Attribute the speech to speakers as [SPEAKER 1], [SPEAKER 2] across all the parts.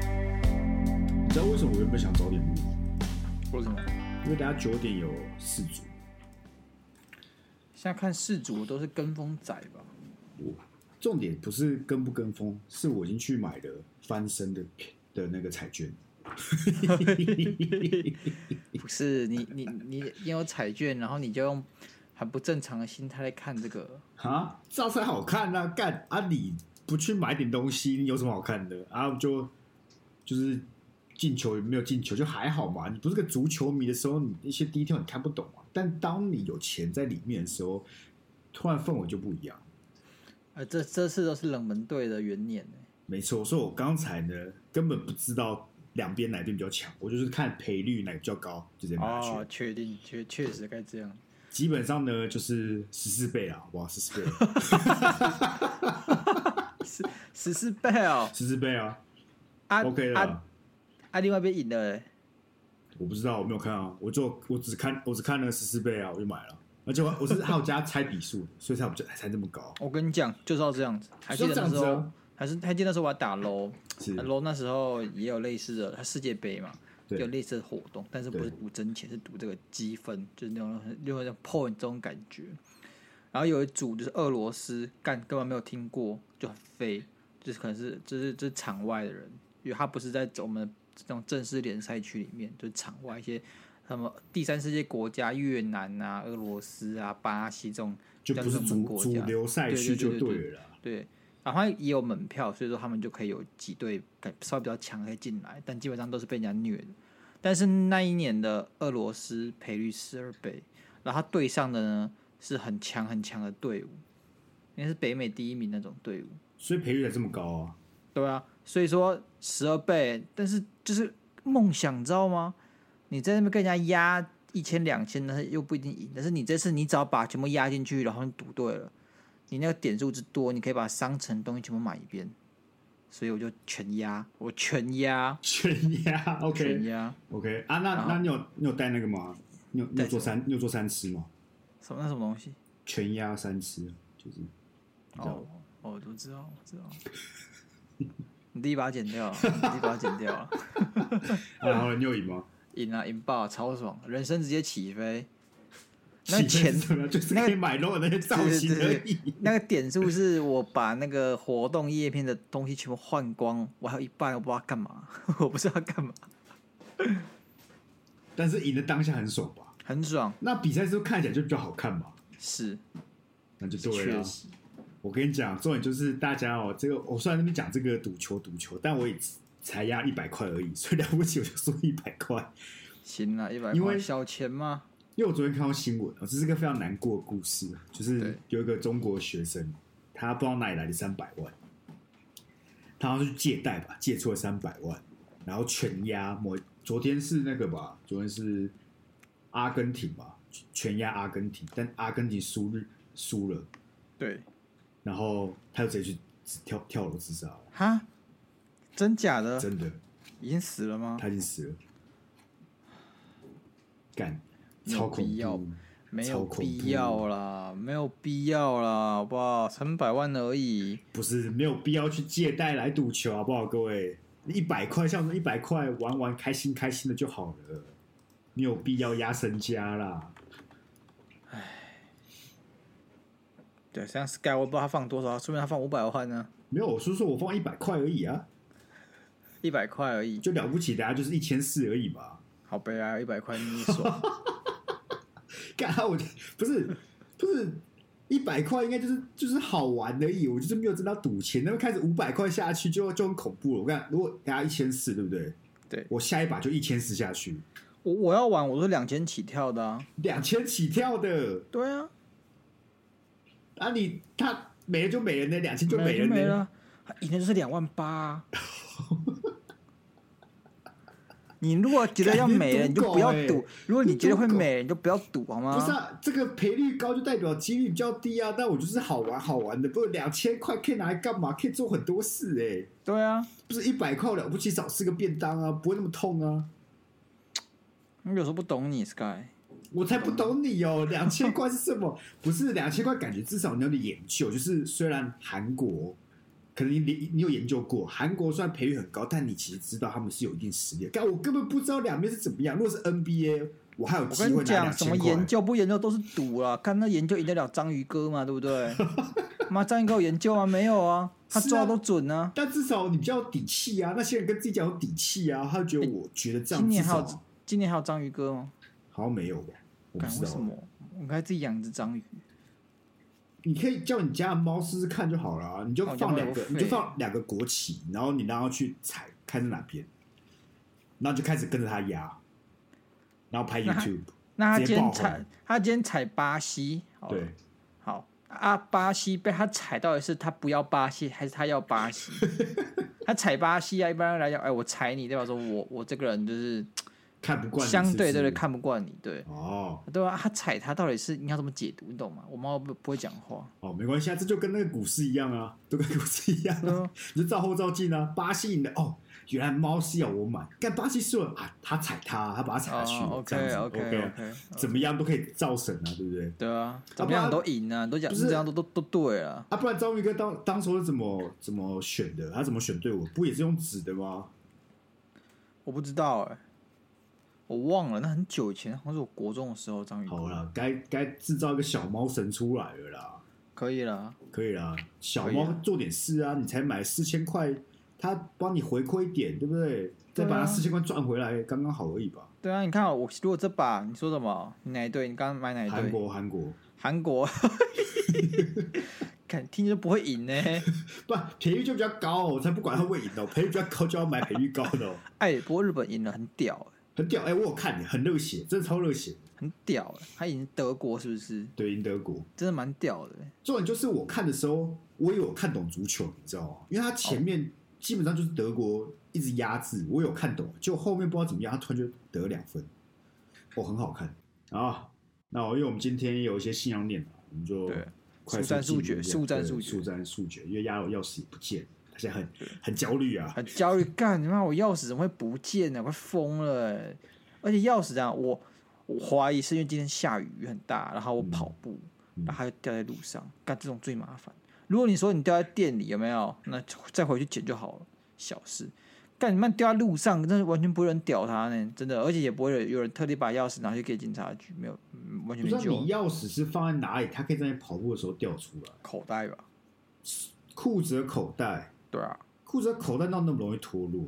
[SPEAKER 1] 你知道为什么我原本想早点录？
[SPEAKER 2] 为什么？
[SPEAKER 1] 因为等下九点有四组，
[SPEAKER 2] 现在看世主都是跟风仔吧？
[SPEAKER 1] 我重点不是跟不跟风，是我已经去买了翻身的的那个彩券。
[SPEAKER 2] 不是，你你你你有彩券，然后你就用很不正常的心态来看这个，
[SPEAKER 1] 啊，照才好看啊！干啊，你不去买点东西，你有什么好看的啊？就就是进球也没有进球，就还好嘛。你不是个足球迷的时候，你一些低调你看不懂啊。但当你有钱在里面的时候，突然氛围就不一样。
[SPEAKER 2] 呃，这这次都是冷门队的元年呢、
[SPEAKER 1] 没错，所以我刚才呢根本不知道两边哪边比较强，我就是看赔率哪个比较高，就直接拿去。
[SPEAKER 2] 哦，确定确确实该这样。
[SPEAKER 1] 基本上呢就是十四倍啦，好不好？十 四倍，
[SPEAKER 2] 十十四倍哦，
[SPEAKER 1] 十四倍啊
[SPEAKER 2] 啊
[SPEAKER 1] ，OK 了。
[SPEAKER 2] 啊啊！另外一边赢了、欸，
[SPEAKER 1] 我不知道，我没有看啊，我就我只看我只看了十四倍啊，我就买了，而且我我是还有加猜比数，所以才比较才这么高。
[SPEAKER 2] 我跟你讲，就是要这样子。还记得那时
[SPEAKER 1] 就是这样
[SPEAKER 2] 候，
[SPEAKER 1] 子啊
[SPEAKER 2] 还是还记得那时候我还打 LO，
[SPEAKER 1] 是
[SPEAKER 2] LO 那时候也有类似的，它世界杯嘛，
[SPEAKER 1] 对
[SPEAKER 2] 有类似的活动，但是不是
[SPEAKER 1] 对
[SPEAKER 2] 赌真钱，是赌这个积分，就是那种另外一种 point 这种感觉。然后有一组就是俄罗斯，干根本没有听过，就很飞，就是可能是就是就是场外的人，因为他不是在我们这种正式联赛区里面，就是场外一些什么第三世界国家，越南啊、俄罗斯啊、巴西这种
[SPEAKER 1] 就不是
[SPEAKER 2] 比较冷门
[SPEAKER 1] 主
[SPEAKER 2] 国
[SPEAKER 1] 主
[SPEAKER 2] 家
[SPEAKER 1] 流赛区
[SPEAKER 2] 对
[SPEAKER 1] 就
[SPEAKER 2] 对对
[SPEAKER 1] 对了啦，
[SPEAKER 2] 对，然后也有门票，所以说他们就可以有几队感稍微比较强可以进来，但基本上都是被人家虐的。但是那一年的俄罗斯赔率十二倍，然后他对上的呢是很强很强的队伍，应该是北美第一名那种队伍，
[SPEAKER 1] 所以赔率才这么高啊。
[SPEAKER 2] 对啊，所以说十二倍，但是就是梦想，你知道吗？你在那边跟人家压一千两千，但是又不一定赢。但是你这次你只要把全部压进去，然后你赌对了，你那个点数之多，你可以把商城的东西全部买一遍。所以我就全压，我全压，
[SPEAKER 1] 全压
[SPEAKER 2] 全
[SPEAKER 1] ，OK
[SPEAKER 2] 压。
[SPEAKER 1] OK 啊，那
[SPEAKER 2] 然后
[SPEAKER 1] 那你有你有带那个吗？你有你有
[SPEAKER 2] 带
[SPEAKER 1] 做
[SPEAKER 2] 什
[SPEAKER 1] 三你有做三吃吗？
[SPEAKER 2] 什么那什么东西？
[SPEAKER 1] 全压三吃就是知道
[SPEAKER 2] 哦，哦我都知道，我知道。你第一把剪掉了，你第一把剪掉 了，哦
[SPEAKER 1] 啊，然后你有赢吗？
[SPEAKER 2] 赢了、赢爆，超爽，人生直接起飞。那
[SPEAKER 1] 起飞
[SPEAKER 2] 钱
[SPEAKER 1] 是什么 样？就是可以买肉的那些造型而
[SPEAKER 2] 对对
[SPEAKER 1] 已
[SPEAKER 2] 对。那个点数是我把那个活动页面的东西全部换光，我还有一半我不知道干嘛， 我不知道干嘛，
[SPEAKER 1] 但是赢的当下很爽吧？
[SPEAKER 2] 很爽，
[SPEAKER 1] 那比赛是不是看起来就比较好看嘛？
[SPEAKER 2] 是
[SPEAKER 1] 那就对了
[SPEAKER 2] 确
[SPEAKER 1] 啊。
[SPEAKER 2] 实，
[SPEAKER 1] 我跟你讲，重点就是大家哦，这个我虽然那边讲这个赌球赌球，但我也才压一百块而已，所以了不起我就输一百块。
[SPEAKER 2] 行啊了，一百
[SPEAKER 1] 因为
[SPEAKER 2] 块小钱嘛，
[SPEAKER 1] 因为我昨天看到新闻，哦，这是个非常难过的故事，啊就是
[SPEAKER 2] 对
[SPEAKER 1] 有一个中国学生，他不知道哪里来的三百万，他好像去借贷吧，借出了三百万，然后全押某，昨天是那个吧，昨天是阿根廷吧，全押阿根廷，但阿根廷输日输了，
[SPEAKER 2] 对，
[SPEAKER 1] 然后他就直接去跳跳楼自杀了，
[SPEAKER 2] 哈，真假的，
[SPEAKER 1] 真的。
[SPEAKER 2] 已经死了吗？
[SPEAKER 1] 他已经死了，干，
[SPEAKER 2] 没有
[SPEAKER 1] 超恐
[SPEAKER 2] 必要
[SPEAKER 1] 怖，
[SPEAKER 2] 没
[SPEAKER 1] 超
[SPEAKER 2] 有
[SPEAKER 1] 恐
[SPEAKER 2] 必
[SPEAKER 1] 怖
[SPEAKER 2] 要啦，没有必要啦，好不好？三百万而已，
[SPEAKER 1] 不是没有必要去借贷来赌球，好不好？各位，一百块像我们一百块玩玩开心开心的就好了，没有必要压身家啦。
[SPEAKER 2] 对，像 Sky 我不知道他放多少，说明他放五百万呢、
[SPEAKER 1] 没有，我是说我放一百块而已啊，
[SPEAKER 2] 一百块而已，
[SPEAKER 1] 就了不起的啊，就是一千四而已吧。
[SPEAKER 2] 好悲哀，一百块你 爽，
[SPEAKER 1] 干，我不是不是一百块，应该就是就是好玩而已。我就是没有真的要赌钱，那么开始五百块下去就就很恐怖了。我看如果压一千四，对不对？
[SPEAKER 2] 对
[SPEAKER 1] 我下一把就一千四下去，
[SPEAKER 2] 我我要玩，我都两千起跳的啊，
[SPEAKER 1] 两千起跳的
[SPEAKER 2] 对啊。
[SPEAKER 1] 啊你！他没了就没了呢，两千就没了
[SPEAKER 2] 就
[SPEAKER 1] 呢。
[SPEAKER 2] 没了，赢的就是两万八、 你如果觉得要没了，
[SPEAKER 1] 干
[SPEAKER 2] 你
[SPEAKER 1] 你赌
[SPEAKER 2] 就
[SPEAKER 1] 狗
[SPEAKER 2] 不要
[SPEAKER 1] 欸
[SPEAKER 2] 赌；如果你觉得会
[SPEAKER 1] 你赌狗
[SPEAKER 2] 没了，你就不要赌好吗？
[SPEAKER 1] 不是啊，这个赔率高就代表几率比较低啊。但我就是好玩好玩的，不是两千块可以拿来干嘛？可以做很多事哎、
[SPEAKER 2] 对啊，
[SPEAKER 1] 不是一百块了不起少吃个便当啊，不会那么痛啊。
[SPEAKER 2] 我有时候不懂你 Sky，
[SPEAKER 1] 我才不懂你哦，两千块是什么？ 不是两千块，感觉至少你要点研究。就是虽然韩国，可能你你你有研究过，韩国虽然赔率很高，但你其实知道他们是有一定实力的。但我根本不知道两边是怎么样。如果是 NBA，我还有
[SPEAKER 2] 我
[SPEAKER 1] 机
[SPEAKER 2] 跟
[SPEAKER 1] 会
[SPEAKER 2] 你
[SPEAKER 1] 拿
[SPEAKER 2] 讲，
[SPEAKER 1] 两
[SPEAKER 2] 什么
[SPEAKER 1] 千
[SPEAKER 2] 研
[SPEAKER 1] 块。
[SPEAKER 2] 究不研究都是赌啦。看那研究赢得了章鱼哥嘛，对 不对？妈，章鱼哥有研究啊？没有啊，他
[SPEAKER 1] 是啊
[SPEAKER 2] 抓都准啊。
[SPEAKER 1] 但至少你比较有底气啊！那些人跟自己讲有底气啊，他就觉得我觉得这样
[SPEAKER 2] 今
[SPEAKER 1] 至
[SPEAKER 2] 年还有
[SPEAKER 1] 少
[SPEAKER 2] 今年还有章鱼哥吗？
[SPEAKER 1] 好像没有吧？我不
[SPEAKER 2] 干
[SPEAKER 1] 知
[SPEAKER 2] 为什
[SPEAKER 1] 道。
[SPEAKER 2] 么？我应该自己养一只章鱼。
[SPEAKER 1] 你可以叫你家的猫试试看就好了啊、你就
[SPEAKER 2] 哦
[SPEAKER 1] 放两
[SPEAKER 2] 养猫
[SPEAKER 1] 个，
[SPEAKER 2] 有
[SPEAKER 1] 你就
[SPEAKER 2] 肺
[SPEAKER 1] 放两个国旗，然后你让它去踩，看是哪边，然后就开始跟着它压，然后拍
[SPEAKER 2] 那它
[SPEAKER 1] YouTube，
[SPEAKER 2] 那他
[SPEAKER 1] 直接
[SPEAKER 2] 今天
[SPEAKER 1] 爆红
[SPEAKER 2] 踩，他今天踩巴西，好了
[SPEAKER 1] 对，
[SPEAKER 2] 好啊，巴西被他踩到底是他不要巴西，还是他要巴 西？他踩巴西啊，一般来讲，哎，我踩你，代表说我我这个人就是
[SPEAKER 1] 看不惯你
[SPEAKER 2] 相对
[SPEAKER 1] 是
[SPEAKER 2] 对
[SPEAKER 1] 不
[SPEAKER 2] 对
[SPEAKER 1] 是
[SPEAKER 2] 看不惯你，对
[SPEAKER 1] 哦
[SPEAKER 2] 对啊，他踩他到底是你要怎么解读，你懂吗？我猫不不会讲话，
[SPEAKER 1] 哦，没关系啊，这就跟那个股市一样啊，都跟股市一样、
[SPEAKER 2] 对
[SPEAKER 1] 啊，
[SPEAKER 2] 啊
[SPEAKER 1] 你就照后照进啊。巴西赢的哦，原来猫是要我买，但巴西输了啊，他踩他，他把他踩下去，
[SPEAKER 2] 哦
[SPEAKER 1] 这样
[SPEAKER 2] ，OK
[SPEAKER 1] 子
[SPEAKER 2] OK
[SPEAKER 1] OK，
[SPEAKER 2] OK，
[SPEAKER 1] 怎么样都可以造神啊，对不对？
[SPEAKER 2] 对啊，怎么样
[SPEAKER 1] 不
[SPEAKER 2] 都
[SPEAKER 1] 然
[SPEAKER 2] 赢啊，都讲
[SPEAKER 1] 不
[SPEAKER 2] 这
[SPEAKER 1] 是
[SPEAKER 2] 样都都都对啊，
[SPEAKER 1] 啊，不然章鱼哥当当初是怎么怎么选的？他怎么选队伍？不也是用纸的吗？
[SPEAKER 2] 我不知道哎，我忘了，那很久以前，好像是我国中的时候，章鱼
[SPEAKER 1] 好
[SPEAKER 2] 哥
[SPEAKER 1] 啦，该该制造一个小猫神出来了啦，
[SPEAKER 2] 可以了。
[SPEAKER 1] 可以啦，小
[SPEAKER 2] 可以
[SPEAKER 1] 猫
[SPEAKER 2] 啊
[SPEAKER 1] 做点事啊，你才买四千块，他帮你回馈一点，对不对？再把
[SPEAKER 2] 对啊
[SPEAKER 1] 那四千块赚回来，刚刚好而已吧。
[SPEAKER 2] 对啊，你看哦我如果这把你说什么？你哪一队？你刚刚买哪一
[SPEAKER 1] 韩
[SPEAKER 2] 队？
[SPEAKER 1] 国，韩国，
[SPEAKER 2] 韩国， 看听着就不会赢呢。
[SPEAKER 1] 不，赔率就比较高、哦，我才不管他会赢 的、哦，赔率比较高就要买赔率高的、哦，
[SPEAKER 2] 哎，不过日本赢了，很屌欸、
[SPEAKER 1] 很屌哎、我有看，很热血，真的超热血，
[SPEAKER 2] 很屌、欸，他赢德国是不是？
[SPEAKER 1] 对，赢德国。
[SPEAKER 2] 真的蛮屌的欸、
[SPEAKER 1] 重点就是我看的时候，我有看懂足球，你知道吗？因为他前
[SPEAKER 2] 哦
[SPEAKER 1] 面基本上就是德国一直压制，我有看懂，就后面不知道怎么样，他突然就得两分，哦，很好看啊！那因为我们今天也有一些信仰念嘛，我们就
[SPEAKER 2] 对
[SPEAKER 1] 快
[SPEAKER 2] 速战
[SPEAKER 1] 速
[SPEAKER 2] 速
[SPEAKER 1] 进
[SPEAKER 2] 决
[SPEAKER 1] 入一下
[SPEAKER 2] 速战
[SPEAKER 1] 对
[SPEAKER 2] 速决
[SPEAKER 1] 速战速决，因为丫头钥匙也不见，他现在很很焦虑啊。
[SPEAKER 2] 很焦虑，干你妈！我钥匙怎么会不见呢、我快疯了欸、而且钥匙啊，我我怀疑是因为今天下雨雨很大，然后我跑
[SPEAKER 1] 嗯
[SPEAKER 2] 步，然后它就掉在路上。干这种最麻烦。如果你说你掉在店里有没有，那再回去捡就好了，小事。干你妈掉在路上，真的完全不会有人屌他呢，真的，而且也不会有有人特地把钥匙拿去给警察局，没有，嗯完全
[SPEAKER 1] 不知
[SPEAKER 2] 没
[SPEAKER 1] 道你
[SPEAKER 2] 救。
[SPEAKER 1] 钥匙是放在哪里，他可以在你跑步的时候掉出来。
[SPEAKER 2] 口袋吧，
[SPEAKER 1] 裤子的口袋，
[SPEAKER 2] 对啊，
[SPEAKER 1] 裤子的口袋那那么容易脱落？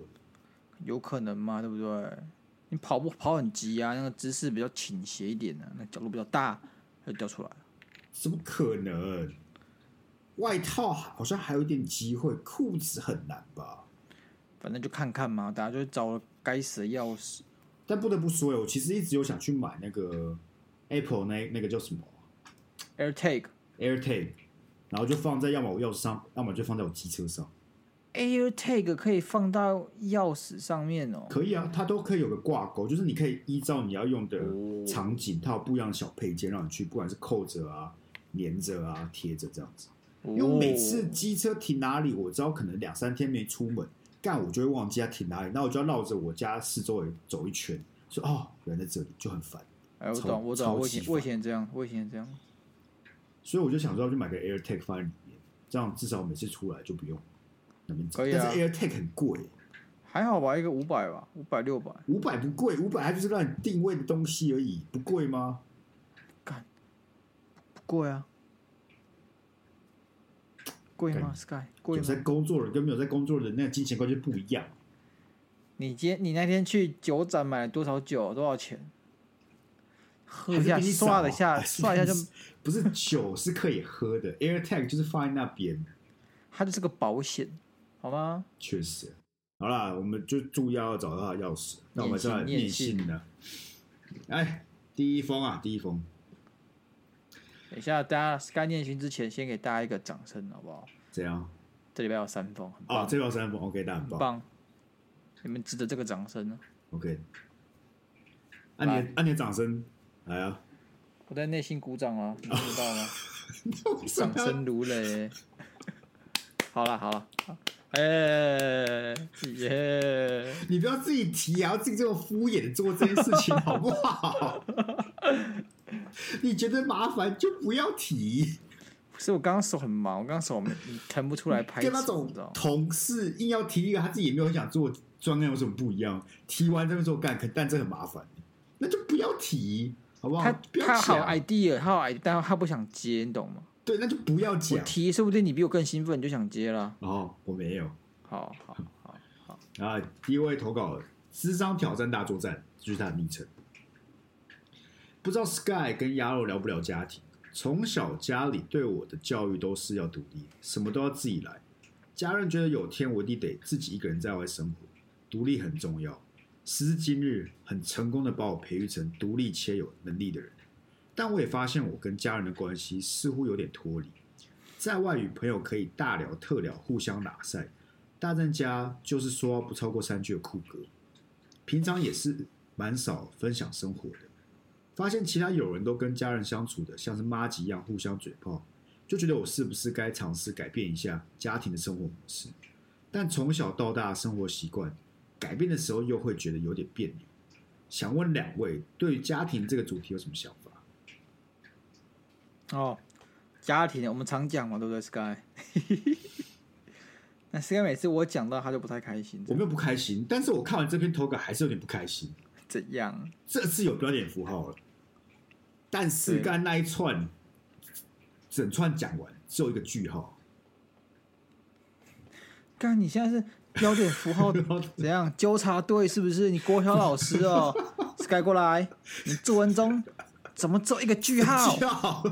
[SPEAKER 2] 有可能嘛，对不对？你跑步跑很急啊，那个姿势比较倾斜一点啊，那角度比较大，它就掉出来了。
[SPEAKER 1] 怎么可能？外套好像还有一点机会，裤子很难吧？
[SPEAKER 2] 反正就看看嘛，大家就找了该死的钥匙。
[SPEAKER 1] 但不得不说，我其实一直有想去买那个 Apple 那那个叫什么
[SPEAKER 2] AirTag
[SPEAKER 1] AirTag，然后就放在要么我钥匙上，要么就放在我机车上。
[SPEAKER 2] AirTag 可以放到钥匙上面哦。
[SPEAKER 1] 可以啊，它都可以有个挂钩，就是你可以依照你要用的
[SPEAKER 2] 哦
[SPEAKER 1] 场景，它有不一样的小配件让你去，不管是扣着啊、粘着啊、贴着这样子。
[SPEAKER 2] 因
[SPEAKER 1] 因为我每次机车停哪里，我知道可能两三天没出门，干我就会忘记它停哪里，那我就要绕着我家四周围走一圈，说哦，原来在这里就很烦，
[SPEAKER 2] 哎，我
[SPEAKER 1] 超
[SPEAKER 2] 懂，我
[SPEAKER 1] 超
[SPEAKER 2] 懂，我以
[SPEAKER 1] 级
[SPEAKER 2] 前
[SPEAKER 1] 烦
[SPEAKER 2] 我以前这样，我以前这样。
[SPEAKER 1] 所以我就想说要去
[SPEAKER 2] 嗯
[SPEAKER 1] 买个 AirTag 放在里面，这样至少每次出来就不用那边走。
[SPEAKER 2] 可以啊
[SPEAKER 1] 但是 AirTag 很贵，
[SPEAKER 2] 还好吧，一个五百吧，五百六百，
[SPEAKER 1] 五百不贵，五百它就是让你定位的东西而已，不贵吗？
[SPEAKER 2] 不贵啊。贵吗
[SPEAKER 1] 干
[SPEAKER 2] ？Sky 贵
[SPEAKER 1] 有在
[SPEAKER 2] 吗？
[SPEAKER 1] 工作的人跟没有在工作的人那个金钱观就不一样。
[SPEAKER 2] 你今天你那天去酒展买了多少酒？多少钱？ 喝
[SPEAKER 1] 还
[SPEAKER 2] 一
[SPEAKER 1] 是
[SPEAKER 2] 下，
[SPEAKER 1] 比你少
[SPEAKER 2] 刷
[SPEAKER 1] 啊
[SPEAKER 2] 了一下，
[SPEAKER 1] 还是
[SPEAKER 2] 刷了一
[SPEAKER 1] 比
[SPEAKER 2] 下就
[SPEAKER 1] 你 不是酒是可以喝的，AirTag 就是放在那边。
[SPEAKER 2] 它就是个保险，好吗？
[SPEAKER 1] 确实，好啦，我们就祝要找到他的钥匙。那我们再来
[SPEAKER 2] 念
[SPEAKER 1] 念
[SPEAKER 2] 信
[SPEAKER 1] 信呢？哎，第一封啊，第一封，
[SPEAKER 2] 等一下，大家 Sky 念新之前，先给大家一个掌声，好不好？
[SPEAKER 1] 怎样？
[SPEAKER 2] 这礼拜有三封，很棒，
[SPEAKER 1] 哦，这到三封，OK，大家很
[SPEAKER 2] 很
[SPEAKER 1] 棒
[SPEAKER 2] 棒，你们值得这个掌声啊呢。
[SPEAKER 1] ，OK。按你的啊按你的掌声来啊！
[SPEAKER 2] 我在内心鼓掌啊，你听得 到吗？
[SPEAKER 1] 为什么
[SPEAKER 2] 掌声如雷。好了好了，好哎耶！
[SPEAKER 1] 啊你不要自己提，然后自己这么敷衍的做这件事情，好不好？ 你觉得麻烦就不要提。
[SPEAKER 2] 不是我刚刚手很忙，我刚刚手没腾不出来拍手，
[SPEAKER 1] 跟那种
[SPEAKER 2] 你知道吗？
[SPEAKER 1] 同事硬要提一个他自己也没有很想做专案有什么不一样？提完这个之后干，可但这很麻烦，那就不要提，好不好
[SPEAKER 2] 他？
[SPEAKER 1] 不要
[SPEAKER 2] 他好
[SPEAKER 1] 讲，
[SPEAKER 2] idea，他好 idea，但他不想接，你懂吗？
[SPEAKER 1] 对，那就不要
[SPEAKER 2] 我
[SPEAKER 1] 讲。
[SPEAKER 2] 提，说不定你比我更兴奋，你就想接了。
[SPEAKER 1] 哦，我没有
[SPEAKER 2] 好好好，
[SPEAKER 1] 啊。第一位投稿了，智商挑战大作战，就是他的昵称。不知道 Sky 跟鸭肉聊不聊家庭？从小家里对我的教育都是要独立，什么都要自己来。家人觉得有天我一定得自己一个人在外生活，独立很重要。时至今日，很成功的把我培育成独立且有能力的人。但我也发现，我跟家人的关系似乎有点脱离。在外与朋友可以大聊特聊，互相打赛。大战家就是说不超过三句的酷哥，平常也是蛮少分享生活的。发现其他友人都跟家人相处的像是妈吉一样互相嘴炮，就觉得我是不是该尝试改变一下家庭的生活模式？但从小到大生活习惯改变的时候，又会觉得有点别扭。想问两位对于家庭这个主题有什么想法？
[SPEAKER 2] 哦，家庭我们常讲嘛，对不对，Sky？那 Sky 每次我讲到他就不太开心，
[SPEAKER 1] 我没有不开心，但是我看完这篇投稿还是有点不开心。
[SPEAKER 2] 怎样？
[SPEAKER 1] 这次有标点符号了，但是
[SPEAKER 2] 对
[SPEAKER 1] 刚才那一串整串讲完只有一个句号，
[SPEAKER 2] 干，你现在是标点符 号怎样？纠察队是不是？你国小老师 哦，Sky 过来，你作文中怎么做一个句号
[SPEAKER 1] 句？号，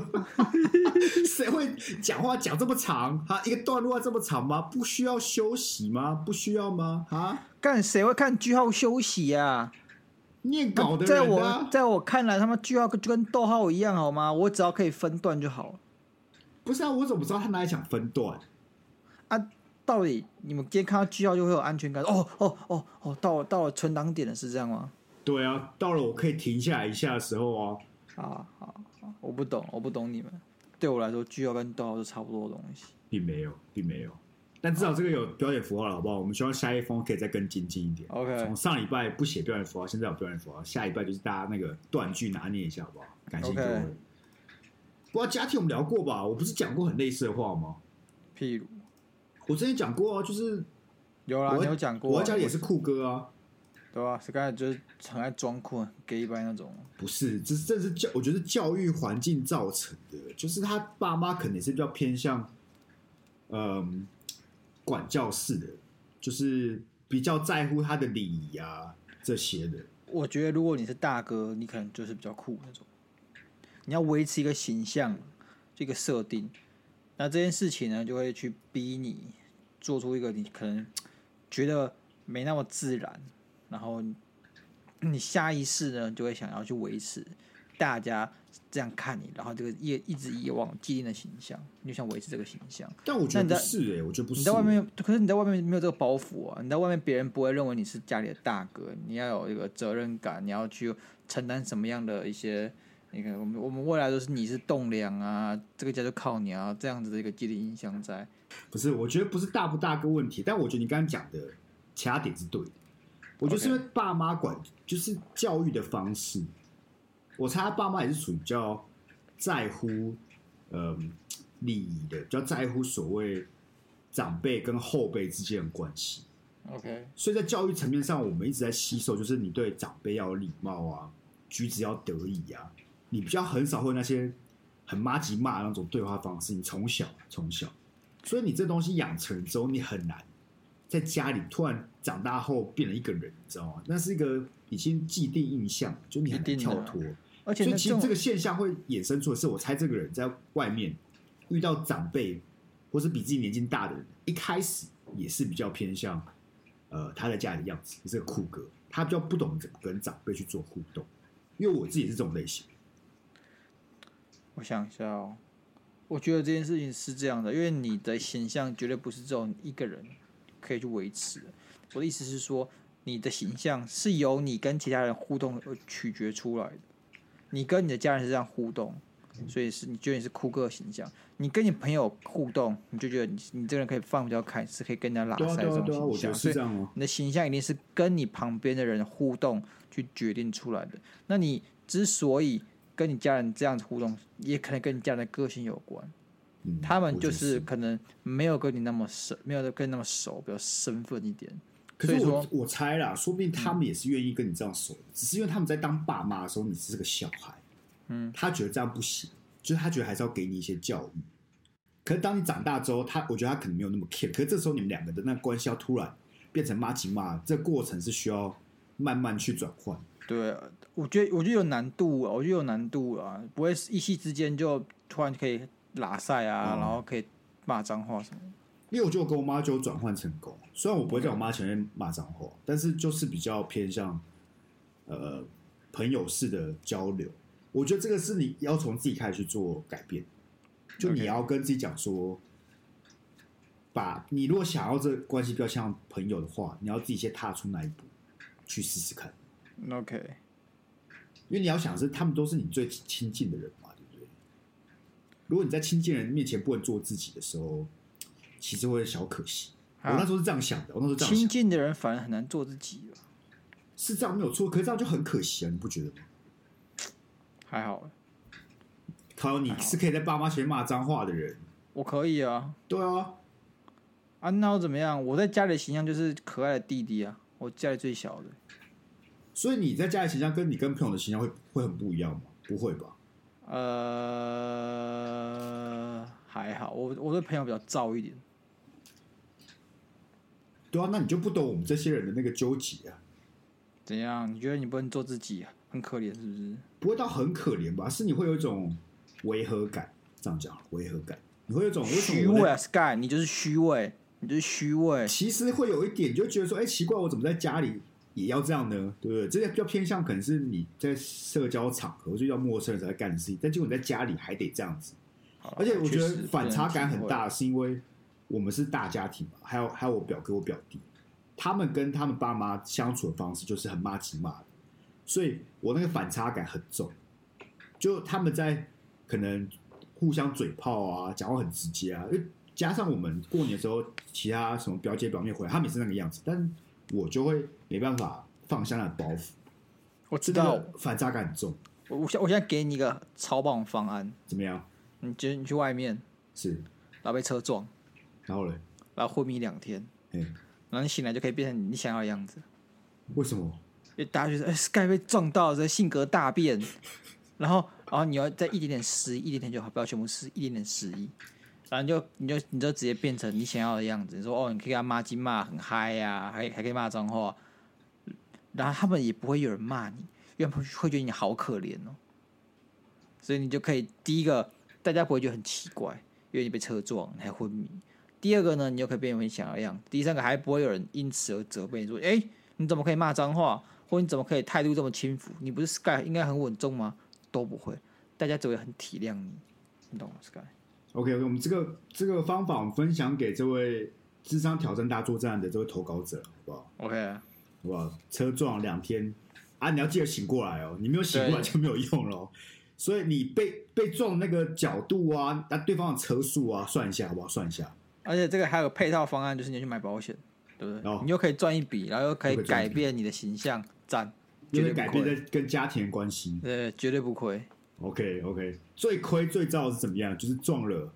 [SPEAKER 1] 谁会讲话讲这么长？哈，一个段落要这么长吗？不需要休息吗？不需要吗？啊，
[SPEAKER 2] 干，谁会看句号休息啊？
[SPEAKER 1] 念稿的
[SPEAKER 2] 在
[SPEAKER 1] 人
[SPEAKER 2] 我
[SPEAKER 1] 啊，
[SPEAKER 2] 在我看来，他妈句号就跟逗号一样，好吗？我只要可以分段就好了。
[SPEAKER 1] 不是啊，我怎么知道他哪里想分段？
[SPEAKER 2] 啊，到底你们今天看到句号就会有安全感？哦哦哦哦，到了到了存档点了，是这样吗？
[SPEAKER 1] 对啊，到了我可以停下来一下的时候啊，
[SPEAKER 2] 啊好好，我不懂，我不懂你们。对我来说，句号跟逗号是差不多的东西。
[SPEAKER 1] 并没有，并没有。但至少这个有标点符号了，好不好？我们希望下一封可以再更精进一点。
[SPEAKER 2] OK
[SPEAKER 1] 从上礼拜不写标点符号，现在有标点符号，下礼拜就是大家那个断句拿捏一下，好不好？感谢各位。
[SPEAKER 2] OK
[SPEAKER 1] 不过家庭我们聊过吧？我不是讲过很类似的话吗？
[SPEAKER 2] 譬如
[SPEAKER 1] 我之前讲过啊，就是
[SPEAKER 2] 有啦，
[SPEAKER 1] 我
[SPEAKER 2] 你有讲过啊，
[SPEAKER 1] 我在家里也是酷哥啊，
[SPEAKER 2] 对吧、s k y 就是很爱装酷、很 gay 掰那种。
[SPEAKER 1] 不是，这是这是教，我觉得是教育环境造成的，就是他爸妈可能也是比较偏向，嗯，管教式的，就是比较在乎他的礼仪啊这些的。
[SPEAKER 2] 我觉得如果你是大哥，你可能就是比较酷那种。你要维持一个形象，这个设定，那这件事情呢，就会去逼你做出一个你可能觉得没那么自然，然后你你下意识呢就会想要去维持大家这样看你，然后这个一一直以往既定的形象，你就想维持这个形象。
[SPEAKER 1] 但我觉得
[SPEAKER 2] 那你在
[SPEAKER 1] 不是哎、我觉得不是、
[SPEAKER 2] 你在外面，可是你在外面没有这个包袱啊！你在外面，别人不会认为你是家里的大哥，你要有一个责任感，你要去承担什么样的一些，你看我们我们未来都是你是栋梁啊，这个家就靠你啊，这样子的一个既定印象在。
[SPEAKER 1] 不是，我觉得不是大不大个问题，但我觉得你刚刚讲的其他点是对的。我觉得是因为爸妈管就是教育的方式，我猜他爸妈也是属于比较在乎嗯利益的，比较在乎所谓长辈跟后辈之间的关系。
[SPEAKER 2] OK，
[SPEAKER 1] 所以在教育层面上，我们一直在吸收，就是你对长辈要有礼貌啊，举止要得意啊，你比较很少会那些很妈吉骂的那种对话方式。你从小从小，所以你这东西养成之后，你很难在家里突然长大后变了一个人，你知道吗？那是一个已经既定印象，就你很难
[SPEAKER 2] 一定的
[SPEAKER 1] 跳
[SPEAKER 2] 啊
[SPEAKER 1] 脱。
[SPEAKER 2] 而且
[SPEAKER 1] 所以
[SPEAKER 2] 那
[SPEAKER 1] 其
[SPEAKER 2] 这
[SPEAKER 1] 实
[SPEAKER 2] 种
[SPEAKER 1] 这个现象会衍生出的是，我猜这个人在外面遇到长辈或是比自己年纪大的人，一开始也是比较偏向呃他在家里的样子，就是个酷哥，他比较不懂怎么跟长辈去做互动。因为我自己也是这种类型，
[SPEAKER 2] 我想一下哦，我觉得这件事情是这样的，因为你的形象绝对不是这种一个人可以去维持的。我的意思是说，你的形象是由你跟其他人互动而取决出来的。你跟你的家人是这样互动，所以是你觉得你是酷哥的形象；你跟你朋友互动，你就觉得你你这个人可以放比较开，是可以跟人家拉
[SPEAKER 1] 对啊
[SPEAKER 2] 塞
[SPEAKER 1] 对
[SPEAKER 2] 这
[SPEAKER 1] 啊
[SPEAKER 2] 种
[SPEAKER 1] 对啊，我觉
[SPEAKER 2] 形象。
[SPEAKER 1] 得
[SPEAKER 2] 所
[SPEAKER 1] 是
[SPEAKER 2] 以
[SPEAKER 1] 这样哦、
[SPEAKER 2] 你的形象一定是跟你旁边的人互动去决定出来的。那你之所以跟你家人这样子互动，也可能跟你家人的个性有关。
[SPEAKER 1] 嗯
[SPEAKER 2] 他们
[SPEAKER 1] 我
[SPEAKER 2] 就
[SPEAKER 1] 觉得
[SPEAKER 2] 是可能没有跟你那么熟，没有跟你那么熟，比较身份一点。
[SPEAKER 1] 可
[SPEAKER 2] 所以
[SPEAKER 1] 是我
[SPEAKER 2] 说嗯
[SPEAKER 1] 我猜啦，说不定他们也是愿意跟你这样熟的，只是因为他们在当爸妈的时候你是个小孩，
[SPEAKER 2] 嗯，
[SPEAKER 1] 他觉得这样不行，就是他觉得还是要给你一些教育。可是当你长大之后，他我觉得他可能没有那么 care，可是这时候你们两个的那关系要突然变成妈吉妈，这过程是需要慢慢去转换。
[SPEAKER 2] 对，啊我觉得我觉得有难度啊，我觉得有难度啊，不会一夕之间就突然可以拉塞啊，
[SPEAKER 1] 嗯
[SPEAKER 2] 然后可以骂脏话什么的。
[SPEAKER 1] 因为我觉得我跟我妈就有转换成功，虽然我不会在我妈前面骂脏话，但是就是比较偏向呃朋友式的交流。我觉得这个是你要从自己开始去做改变，就你
[SPEAKER 2] OK
[SPEAKER 1] 要跟自己讲说，把你如果想要这个关系比较像朋友的话，你要自己先踏出那一步去试试看，
[SPEAKER 2] OK，
[SPEAKER 1] 因为你要想是他们都是你最亲近的人嘛，对不对？如果你在亲近人面前不能做自己的时候，其实会小可惜。我那
[SPEAKER 2] 啊
[SPEAKER 1] 时候是这样想的，我那时候这样
[SPEAKER 2] 亲
[SPEAKER 1] 想，
[SPEAKER 2] 近的人反而很难做自己啊了，
[SPEAKER 1] 是这样没有错，可是这样就很可惜啊，你不觉得吗？
[SPEAKER 2] 还好，
[SPEAKER 1] 靠，你是可以在爸妈前面骂脏话的人，
[SPEAKER 2] 我可以啊。
[SPEAKER 1] 对啊，
[SPEAKER 2] 啊，那又怎么样？我在家里的形象就是可爱的弟弟啊，我家里最小的。
[SPEAKER 1] 所以你在家里形象跟你跟朋友的形象会会很不一样吗？不会吧？
[SPEAKER 2] 呃，还好，我我对朋友比较燥一点。
[SPEAKER 1] 对啊，那你就不懂我们这些人的那个纠结啊，
[SPEAKER 2] 怎样？你觉得你不能做自己、啊，很可怜是不是？
[SPEAKER 1] 不会到很可怜吧？是你会有一种违和感，这样讲好了违和感，你会有一种为什
[SPEAKER 2] 虚
[SPEAKER 1] 么我
[SPEAKER 2] 伪
[SPEAKER 1] 在
[SPEAKER 2] 啊，Sky，你就是虚伪，你就是虚伪。
[SPEAKER 1] 其实会有一点，你就觉得说，哎、奇怪，我怎么在家里也要这样呢？对不对？这个比较偏向可能是你在社交场合，就遇到陌生人才会干的事情，但结果你在家里还得这样子。
[SPEAKER 2] 好啦
[SPEAKER 1] 而且我觉
[SPEAKER 2] 啊确
[SPEAKER 1] 得
[SPEAKER 2] 实
[SPEAKER 1] 反差感很
[SPEAKER 2] 不能体
[SPEAKER 1] 大，是因为我们是大家庭嘛，还有还有我表哥、我表弟，他们跟他们爸妈相处的方式就是很骂几骂的，所以我那个反差感很重。就他们在可能互相嘴炮啊，讲话很直接啊，因为加上我们过年的时候，其他什么表姐表妹回来，他们也是那个样子，但我就会没办法放下那个包袱，
[SPEAKER 2] 会。我知
[SPEAKER 1] 真的
[SPEAKER 2] 道，
[SPEAKER 1] 反差感很重。
[SPEAKER 2] 我我现我现在给你一个超棒的方案，
[SPEAKER 1] 怎么样？
[SPEAKER 2] 你觉得你去外面，
[SPEAKER 1] 是，
[SPEAKER 2] 然后被车撞，
[SPEAKER 1] 然后嘞，
[SPEAKER 2] 然后昏迷两天，
[SPEAKER 1] 哎、
[SPEAKER 2] 然后你醒来就可以变成你想要的样子。
[SPEAKER 1] 为什么？
[SPEAKER 2] 因为大家觉得，哎、s k y 被撞到，这性格大变，然后，然后你要再一点点失忆，一点点就好，不要全部失，一点点失忆，然后你就，你就，你就直接变成你想要的样子。你说，哦，你可以跟他骂鸡骂很嗨呀、还还可以骂脏话，然后他们也不会有人骂你，因为他们会觉得你好可怜哦。所以你就可以，第一个，大家不会觉得很奇怪，因为你被车撞，你还昏迷。第二个呢，你就可以变回你想要的样子。第三个，还不会有人因此而责备你说：“哎、你怎么可以骂脏话？或你怎么可以态度这么轻浮？你不是 Sky 应该很稳重吗？”都不会，大家只会很体谅你，你懂吗？Sky，
[SPEAKER 1] OK，我们这个这个方法，我们分享给这位智商挑战大作战的这位投稿者，好不好？
[SPEAKER 2] OK，
[SPEAKER 1] 好不好？车撞两天啊，你要记得醒过来哦，你没有醒过来
[SPEAKER 2] 对
[SPEAKER 1] 就没有用喽。所以你被被撞那个角度啊，那、对方的车速啊，算一下好不好？算一下，
[SPEAKER 2] 而且这个还有个配套方案，就是你去买保险，对不对？
[SPEAKER 1] 哦
[SPEAKER 2] 你又可以赚一笔，然后又可以
[SPEAKER 1] 又可以赚一
[SPEAKER 2] 改
[SPEAKER 1] 笔
[SPEAKER 2] 变你的形象，赞，
[SPEAKER 1] 因
[SPEAKER 2] 绝
[SPEAKER 1] 为
[SPEAKER 2] 对
[SPEAKER 1] 改
[SPEAKER 2] 不
[SPEAKER 1] 变在
[SPEAKER 2] 亏，
[SPEAKER 1] 跟家庭的关系。
[SPEAKER 2] 对，绝对不亏。
[SPEAKER 1] OK OK，最亏最糟是怎么样？就是撞了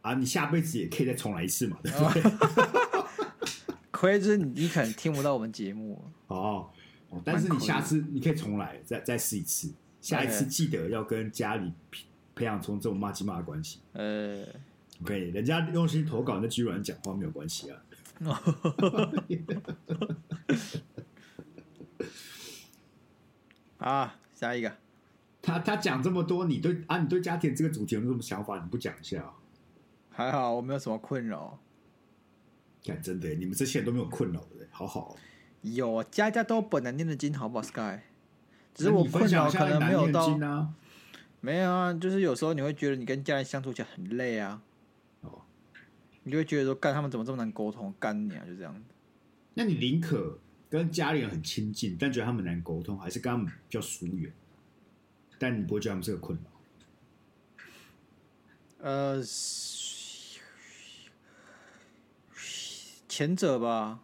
[SPEAKER 1] 啊，你下辈子也可以再重来一次嘛，对不对？
[SPEAKER 2] 亏就是你你可能听不到我们节目，
[SPEAKER 1] 哦，哦但是你下次你可以重来，再再试一次。下一次
[SPEAKER 2] OK
[SPEAKER 1] 记得要跟家里培培养出这种骂鸡骂的关系。
[SPEAKER 2] 呃，
[SPEAKER 1] OK，人家用心投稿，那居然讲话没有关系啊。
[SPEAKER 2] 啊，下一个，
[SPEAKER 1] 他他讲这么多，你对啊，你对家庭这个主题有没有什么想法？你不讲一下、啊？
[SPEAKER 2] 还好我没有什么困扰。
[SPEAKER 1] 看真的，你们这些人都没有困扰的，好好。哦
[SPEAKER 2] 有啊，家家都有本难念的经，好不好？Sky，只是
[SPEAKER 1] 那
[SPEAKER 2] 我
[SPEAKER 1] 你分
[SPEAKER 2] 困
[SPEAKER 1] 享
[SPEAKER 2] 扰
[SPEAKER 1] 一
[SPEAKER 2] 可
[SPEAKER 1] 下
[SPEAKER 2] 能
[SPEAKER 1] 南
[SPEAKER 2] 没有
[SPEAKER 1] 念
[SPEAKER 2] 到
[SPEAKER 1] 经，啊。
[SPEAKER 2] 没有啊，就是有时候你会觉得你跟家人相处起来很累啊，
[SPEAKER 1] 哦，
[SPEAKER 2] 你就会觉得说，干他们怎么这么难沟通，干你啊，就这样。
[SPEAKER 1] 那你宁可跟家里人很亲近，但觉得他们难沟通，还是跟他们比较疏远，但你不会觉得他们是个困扰？
[SPEAKER 2] 呃，前者吧，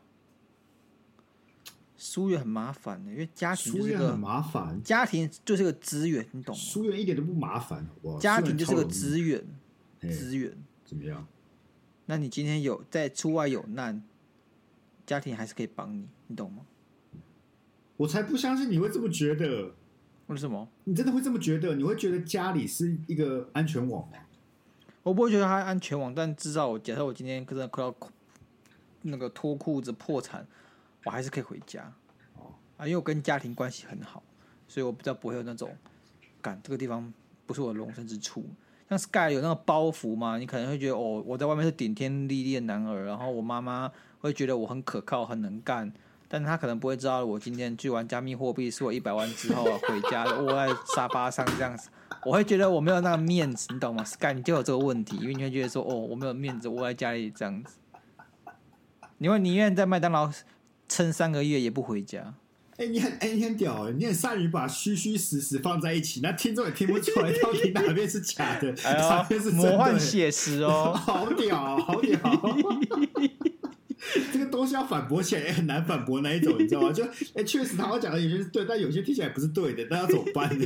[SPEAKER 2] 疏远很麻烦的，因为家庭就
[SPEAKER 1] 疏
[SPEAKER 2] 是
[SPEAKER 1] 远
[SPEAKER 2] 个
[SPEAKER 1] 很麻烦，啊
[SPEAKER 2] 家庭就是个资源，你懂吗？
[SPEAKER 1] 疏远一点都不麻烦，好不好？
[SPEAKER 2] 家庭就是个
[SPEAKER 1] 资，
[SPEAKER 2] 资源，
[SPEAKER 1] 嘿
[SPEAKER 2] 资源。
[SPEAKER 1] 怎么样？
[SPEAKER 2] 那你今天有在出外有难，家庭还是可以帮你，你懂吗？
[SPEAKER 1] 我才不相信你会这么觉得，
[SPEAKER 2] 为什么？
[SPEAKER 1] 你真的会这么觉得？你会觉得家里是一个安全网吗？
[SPEAKER 2] 我不会觉得它安全网，但至少我假设我今天真的快要那个脱裤子破产，我还是可以回家。
[SPEAKER 1] 哦
[SPEAKER 2] 啊，因为我跟家庭关系很好，所以我比较不会有那种，感这个地方不是我的容身之处。像 Sky 有那个包袱嘛，你可能会觉得哦，我在外面是顶天立地的男儿，然后我妈妈会觉得我很可靠、很能干，但她可能不会知道我今天去玩加密货币是我一百万之后回家窝在沙发上这样子，我会觉得我没有那个面子，你懂吗？Sky 你就有这个问题，因为你会觉得说哦，我没有面子，窝在家里这样子，你会宁愿在麦当劳撑三个月也不回家。
[SPEAKER 1] 哎、你很哎、你很屌、欸，你很善于把虚虚实实放在一起，那听众也听不出来到底哪边是假的，哪
[SPEAKER 2] 哎
[SPEAKER 1] 边
[SPEAKER 2] 呦，
[SPEAKER 1] 是真的、
[SPEAKER 2] 魔幻写实 哦，
[SPEAKER 1] 好屌，好屌！这个东西要反驳起来也很难反驳那一种，你知道吗？就哎，确、实他会讲的有些是对，但有些听起来不是对的，那要怎么办 呢？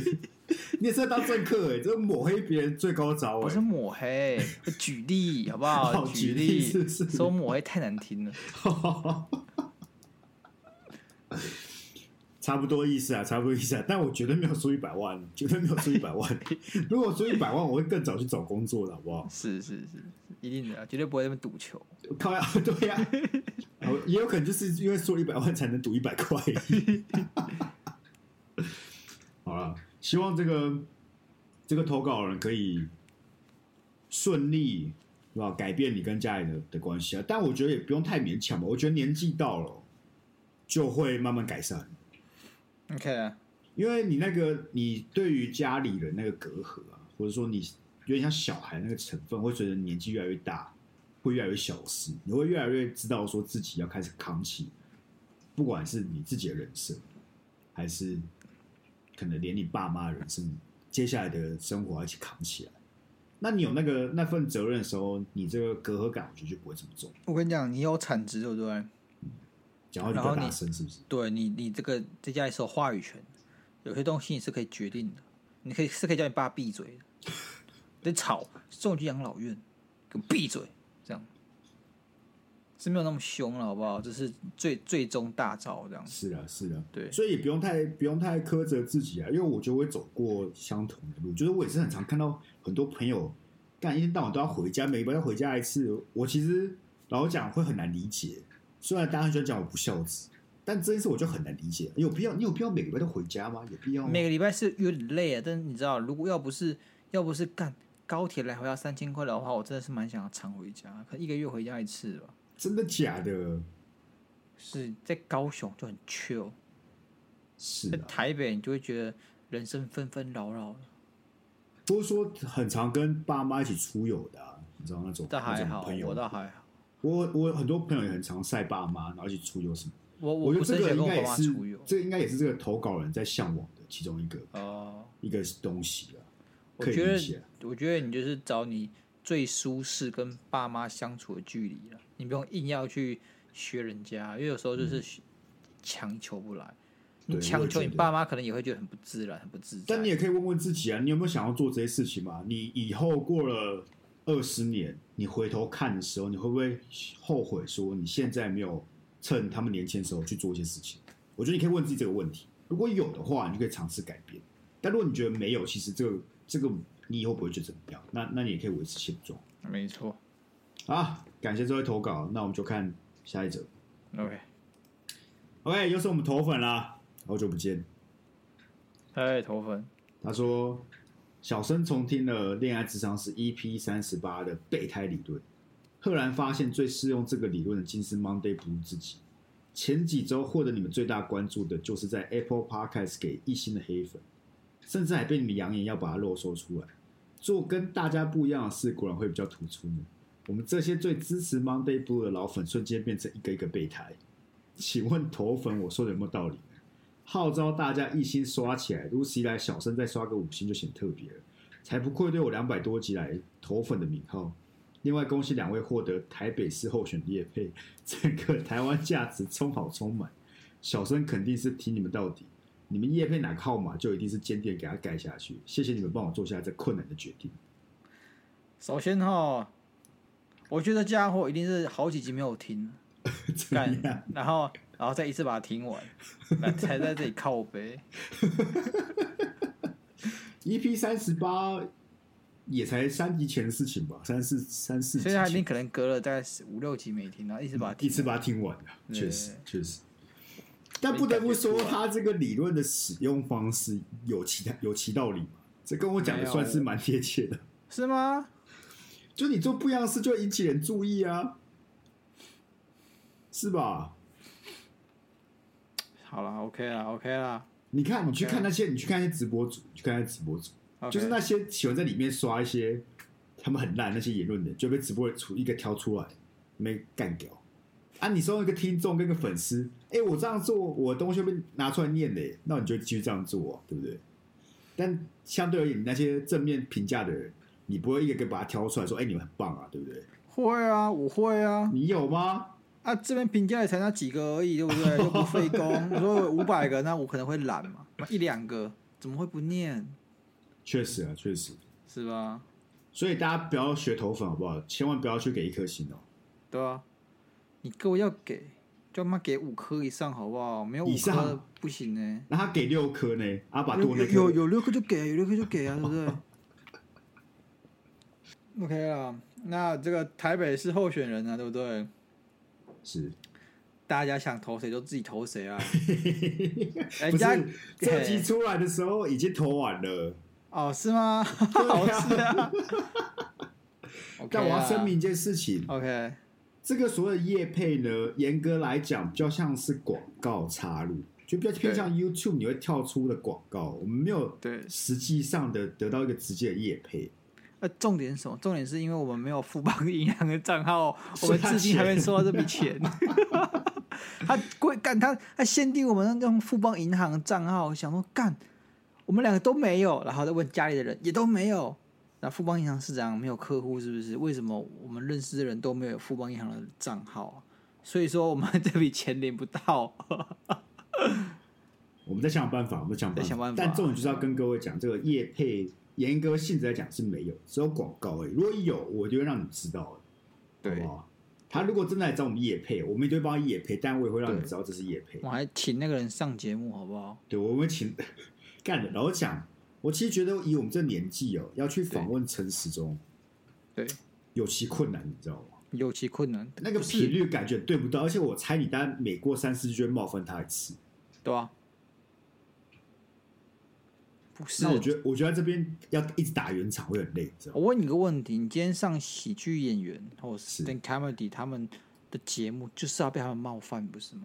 [SPEAKER 1] 你也是要当政客哎、这是抹黑别人最高招
[SPEAKER 2] 不
[SPEAKER 1] 哎、
[SPEAKER 2] 是抹黑，我举例好不好？
[SPEAKER 1] 好
[SPEAKER 2] 哦举
[SPEAKER 1] 举例是不是
[SPEAKER 2] 说抹黑太难听了。
[SPEAKER 1] 差不多意思啊，差不多意思啊，但我绝对没有输一百万，绝对没有输一百万。如果输一百万，我会更早去找工作的，好不好？
[SPEAKER 2] 是是是，一定的，啊绝对不会在那边赌球。
[SPEAKER 1] 靠呀， 对呀、啊，也有可能就是因为输了一百万才能赌一百块。 好了，希望这个这个投稿人可以顺利，是吧？改变你跟家里的的关系啊，但我觉得也不用太勉强吧。我觉得年纪到了就会慢慢改善，
[SPEAKER 2] OK 啊，
[SPEAKER 1] 因为你那个你对于家里的那个隔阂啊，或者说你有点像小孩那个成分，会随着年纪越来越大，会越来越小事，你会越来越知道说自己要开始扛起，不管是你自己的人生，还是可能连你爸妈的人生，接下来的生活要一起扛起来。那你有那个那份责任的时候，你这个隔阂感，我觉得就不会这么重。
[SPEAKER 2] 我跟你讲，你有产值对不对？
[SPEAKER 1] 讲话就比较大声，是不是？
[SPEAKER 2] 对你，你这个在家里是有话语权，有些东西你是可以决定的，你可以是可以叫你爸闭嘴的，你吵送你去养老院，给我闭嘴，这样是没有那么凶了，好不好？这是最最终大招，这样
[SPEAKER 1] 是的，是啊的，
[SPEAKER 2] 对
[SPEAKER 1] 所以也不用太不用太苛责自己啊，因为我觉得我也走过相同的路，就是我也是很常看到很多朋友干一天到晚都要回家，每个礼拜要回家一次，我其实老实讲会很难理解，虽然大家很喜欢讲我不孝子，但这件事我就很难理解，有必要你有必要每个礼拜都回家吗？有必要吗？
[SPEAKER 2] 每个礼拜是有点累啊，但是你知道，如果要不是要不是干高铁来回要三千块的话，我真的是蛮想要常回家，可能一个月回家一次吧。
[SPEAKER 1] 真的假的？
[SPEAKER 2] 是在高雄就很 chill，
[SPEAKER 1] 是
[SPEAKER 2] 在
[SPEAKER 1] 啊，
[SPEAKER 2] 台北你就会觉得人生纷纷扰扰的。
[SPEAKER 1] 不是说很常跟爸妈一起出游的、啊，你知道那种
[SPEAKER 2] 倒还
[SPEAKER 1] 那种
[SPEAKER 2] 好，
[SPEAKER 1] 朋友，
[SPEAKER 2] 我倒还好，
[SPEAKER 1] 我我很多朋友也很常晒爸妈，然后一起出游什么的。
[SPEAKER 2] 我
[SPEAKER 1] 我觉
[SPEAKER 2] 不
[SPEAKER 1] 得
[SPEAKER 2] 是
[SPEAKER 1] 这
[SPEAKER 2] 很
[SPEAKER 1] 个应
[SPEAKER 2] 想跟
[SPEAKER 1] 该
[SPEAKER 2] 我
[SPEAKER 1] 也
[SPEAKER 2] 爸妈
[SPEAKER 1] 是
[SPEAKER 2] 出游，
[SPEAKER 1] 这个应该也是这个投稿人在向往的其中一个
[SPEAKER 2] 哦、
[SPEAKER 1] 一个东西啊，
[SPEAKER 2] 我
[SPEAKER 1] 可以
[SPEAKER 2] 觉
[SPEAKER 1] 理解
[SPEAKER 2] 得。我觉得你就是找你最舒适跟爸妈相处的距离了，你不用硬要去学人家，因为有时候就是强求不来。
[SPEAKER 1] 嗯
[SPEAKER 2] 你
[SPEAKER 1] 对我
[SPEAKER 2] 强
[SPEAKER 1] 也
[SPEAKER 2] 求，
[SPEAKER 1] 觉
[SPEAKER 2] 你
[SPEAKER 1] 得
[SPEAKER 2] 爸妈可能也会觉得很不自然，很不自在。
[SPEAKER 1] 但你也可以问问自己啊，你有没有想要做这些事情嘛？你以后过了二十年，你回头看的时候，你会不会后悔说你现在没有趁他们年轻的时候去做一些事情？我觉得你可以问自己这个问题。如果有的话，你就可以尝试改变；但如果你觉得没有，其实这个这个你以后不会觉得怎么样，那那你也可以维持现状。
[SPEAKER 2] 没错
[SPEAKER 1] 好，感谢这位投稿，那我们就看下一则。
[SPEAKER 2] ，OK，
[SPEAKER 1] OK，又是我们头粉啦，好久不见。
[SPEAKER 2] 哎，头粉，
[SPEAKER 1] 他说，小生重听了《恋爱智商》是 EP 三十八的备胎理论，赫然发现最适用这个理论的竟是 Monday 不如自己。前几周获得你们最大关注的，就是在 Apple Podcast 给一星的黑粉，甚至还被你们扬言要把它肉搜出来。做跟大家不一样的事，果然会比较突出呢。我们这些最支持 Monday Blue 的老粉，瞬间变成一个一个备胎。请问头粉，我说的有没有道理呢？号召大家一心刷起来，如此一来，小生再刷个五星就显特别了，才不愧对我两百多集来头粉的名号。另外，恭喜两位获得台北市候选列配，整个台湾价值充好充满。小生肯定是挺你们到底，你们叶配哪个号码就一定是坚定地给他盖下去。谢谢你们帮我做下这困难的决定。
[SPEAKER 2] 首先哈，我觉得这家伙一定是好几集没有听，
[SPEAKER 1] 怎么
[SPEAKER 2] 干
[SPEAKER 1] 样？，
[SPEAKER 2] 然后然后再一次把它听完，那才在这里靠背。
[SPEAKER 1] EP 三十八也才三集前的事情吧，三四三四集
[SPEAKER 2] 所以他一
[SPEAKER 1] 前，
[SPEAKER 2] 定可能隔了大概十五六集没听，然后一直把它
[SPEAKER 1] 嗯
[SPEAKER 2] 听
[SPEAKER 1] 一次把它听完了，
[SPEAKER 2] 对
[SPEAKER 1] 确实确实。但不得不
[SPEAKER 2] 所以
[SPEAKER 1] 说，
[SPEAKER 2] 感觉
[SPEAKER 1] 他
[SPEAKER 2] 出
[SPEAKER 1] 这个理论的使用方式有其他有其道理嘛？这跟我讲的
[SPEAKER 2] 没有
[SPEAKER 1] 算是蛮贴切的。
[SPEAKER 2] 是吗？
[SPEAKER 1] 就你做不一样的事，就会引起人注意啊，是吧？
[SPEAKER 2] 好了，OK 啦，OK 啦
[SPEAKER 1] 你看，你去
[SPEAKER 2] OK
[SPEAKER 1] 看那些，你去看那些直播主，你去看那些直播主，
[SPEAKER 2] ，OK，
[SPEAKER 1] 就是那些喜欢在里面刷一些他们很烂那些言论的，就被直播主一个挑出来，没干掉。啊，你说一个听众跟一个粉丝，哎、我这样做，我的东西会被拿出来念的，那你就继续这样做、啊对不对？但相对而言，你那些正面评价的人，你不会一个个把他挑出来说，哎、你们很棒啊，对不对？
[SPEAKER 2] 会啊，我会啊。
[SPEAKER 1] 你有吗？
[SPEAKER 2] 啊，这边评价也才那几个而已，对不 对？又不费工。我说五百个，那我可能会懒嘛，一两个怎么会不念？
[SPEAKER 1] 确实啊，确实。
[SPEAKER 2] 是吧？
[SPEAKER 1] 所以大家不要学投粉好不好？千万不要去给一颗星哦、
[SPEAKER 2] 对啊，你给我要给，就他妈给五颗以上好不好？没有
[SPEAKER 1] 以
[SPEAKER 2] 五颗
[SPEAKER 1] 上
[SPEAKER 2] 不行欸呢、
[SPEAKER 1] 那他给六颗呢？阿把
[SPEAKER 2] 有
[SPEAKER 1] 多那
[SPEAKER 2] 有有
[SPEAKER 1] 颗
[SPEAKER 2] 有六颗就给，有六颗就给啊，对不对？OK 啦，那这个台北市候选人啊，对不对？
[SPEAKER 1] 是，
[SPEAKER 2] 大家想投谁就自己投谁啊。人
[SPEAKER 1] 不
[SPEAKER 2] 家
[SPEAKER 1] 是这集
[SPEAKER 2] 嘿
[SPEAKER 1] 出来的时候已经投完 了。
[SPEAKER 2] 哦，是吗？好是啊。OK
[SPEAKER 1] 但我要
[SPEAKER 2] 啦
[SPEAKER 1] 声明一件事情，
[SPEAKER 2] ，OK，啊
[SPEAKER 1] 这个所谓的业配呢，严格来讲比较像是广告插入，就比较偏向 YouTube 你会跳出的广告，我们没有
[SPEAKER 2] 对。
[SPEAKER 1] 实际上的得到一个直接的业配。
[SPEAKER 2] 那、呃重点是什么？重点是因为我们没有富邦银行的账 号，我们
[SPEAKER 1] 所以他
[SPEAKER 2] 至今还没收到这笔钱。 他规干他他限定我们用富邦银行的账号，想说干，我们两个都没有，然后再问家里的人也都没有。那富邦银行市长没有客户是不是？为什么我们认识的人都没有富邦银行的账号啊？所以说我们这笔钱领不到。
[SPEAKER 1] 我们在想办法，我们在想办法。
[SPEAKER 2] 在想办法
[SPEAKER 1] 但重点就是要跟各位讲，这个业配严格性质来讲是没有，只有广告而已。如果有，我就会让你知道的，好不好？他如果真的来找我们业配，我们一定会帮他业配，但我也会让你知道这是业配。
[SPEAKER 2] 我还请那个人上节目好不好？
[SPEAKER 1] 对，我们请干的。然后讲，我其实觉得以我们这年纪哦，要去访问陈时中
[SPEAKER 2] 对，
[SPEAKER 1] 有其困难，你知道吗？
[SPEAKER 2] 尤其困难，
[SPEAKER 1] 那个
[SPEAKER 2] 不是
[SPEAKER 1] 频率感觉对不到，而且我猜你大概每过三四句就会冒犯他一次。
[SPEAKER 2] 对啊，不是
[SPEAKER 1] 那我觉得，我觉得在这边要一直打圆场会很累，你知道吗？
[SPEAKER 2] 我问你个问题，你今天上喜剧演员或者
[SPEAKER 1] 是
[SPEAKER 2] 是 stand comedy 他们的节目，就是要被他们冒犯，不是吗？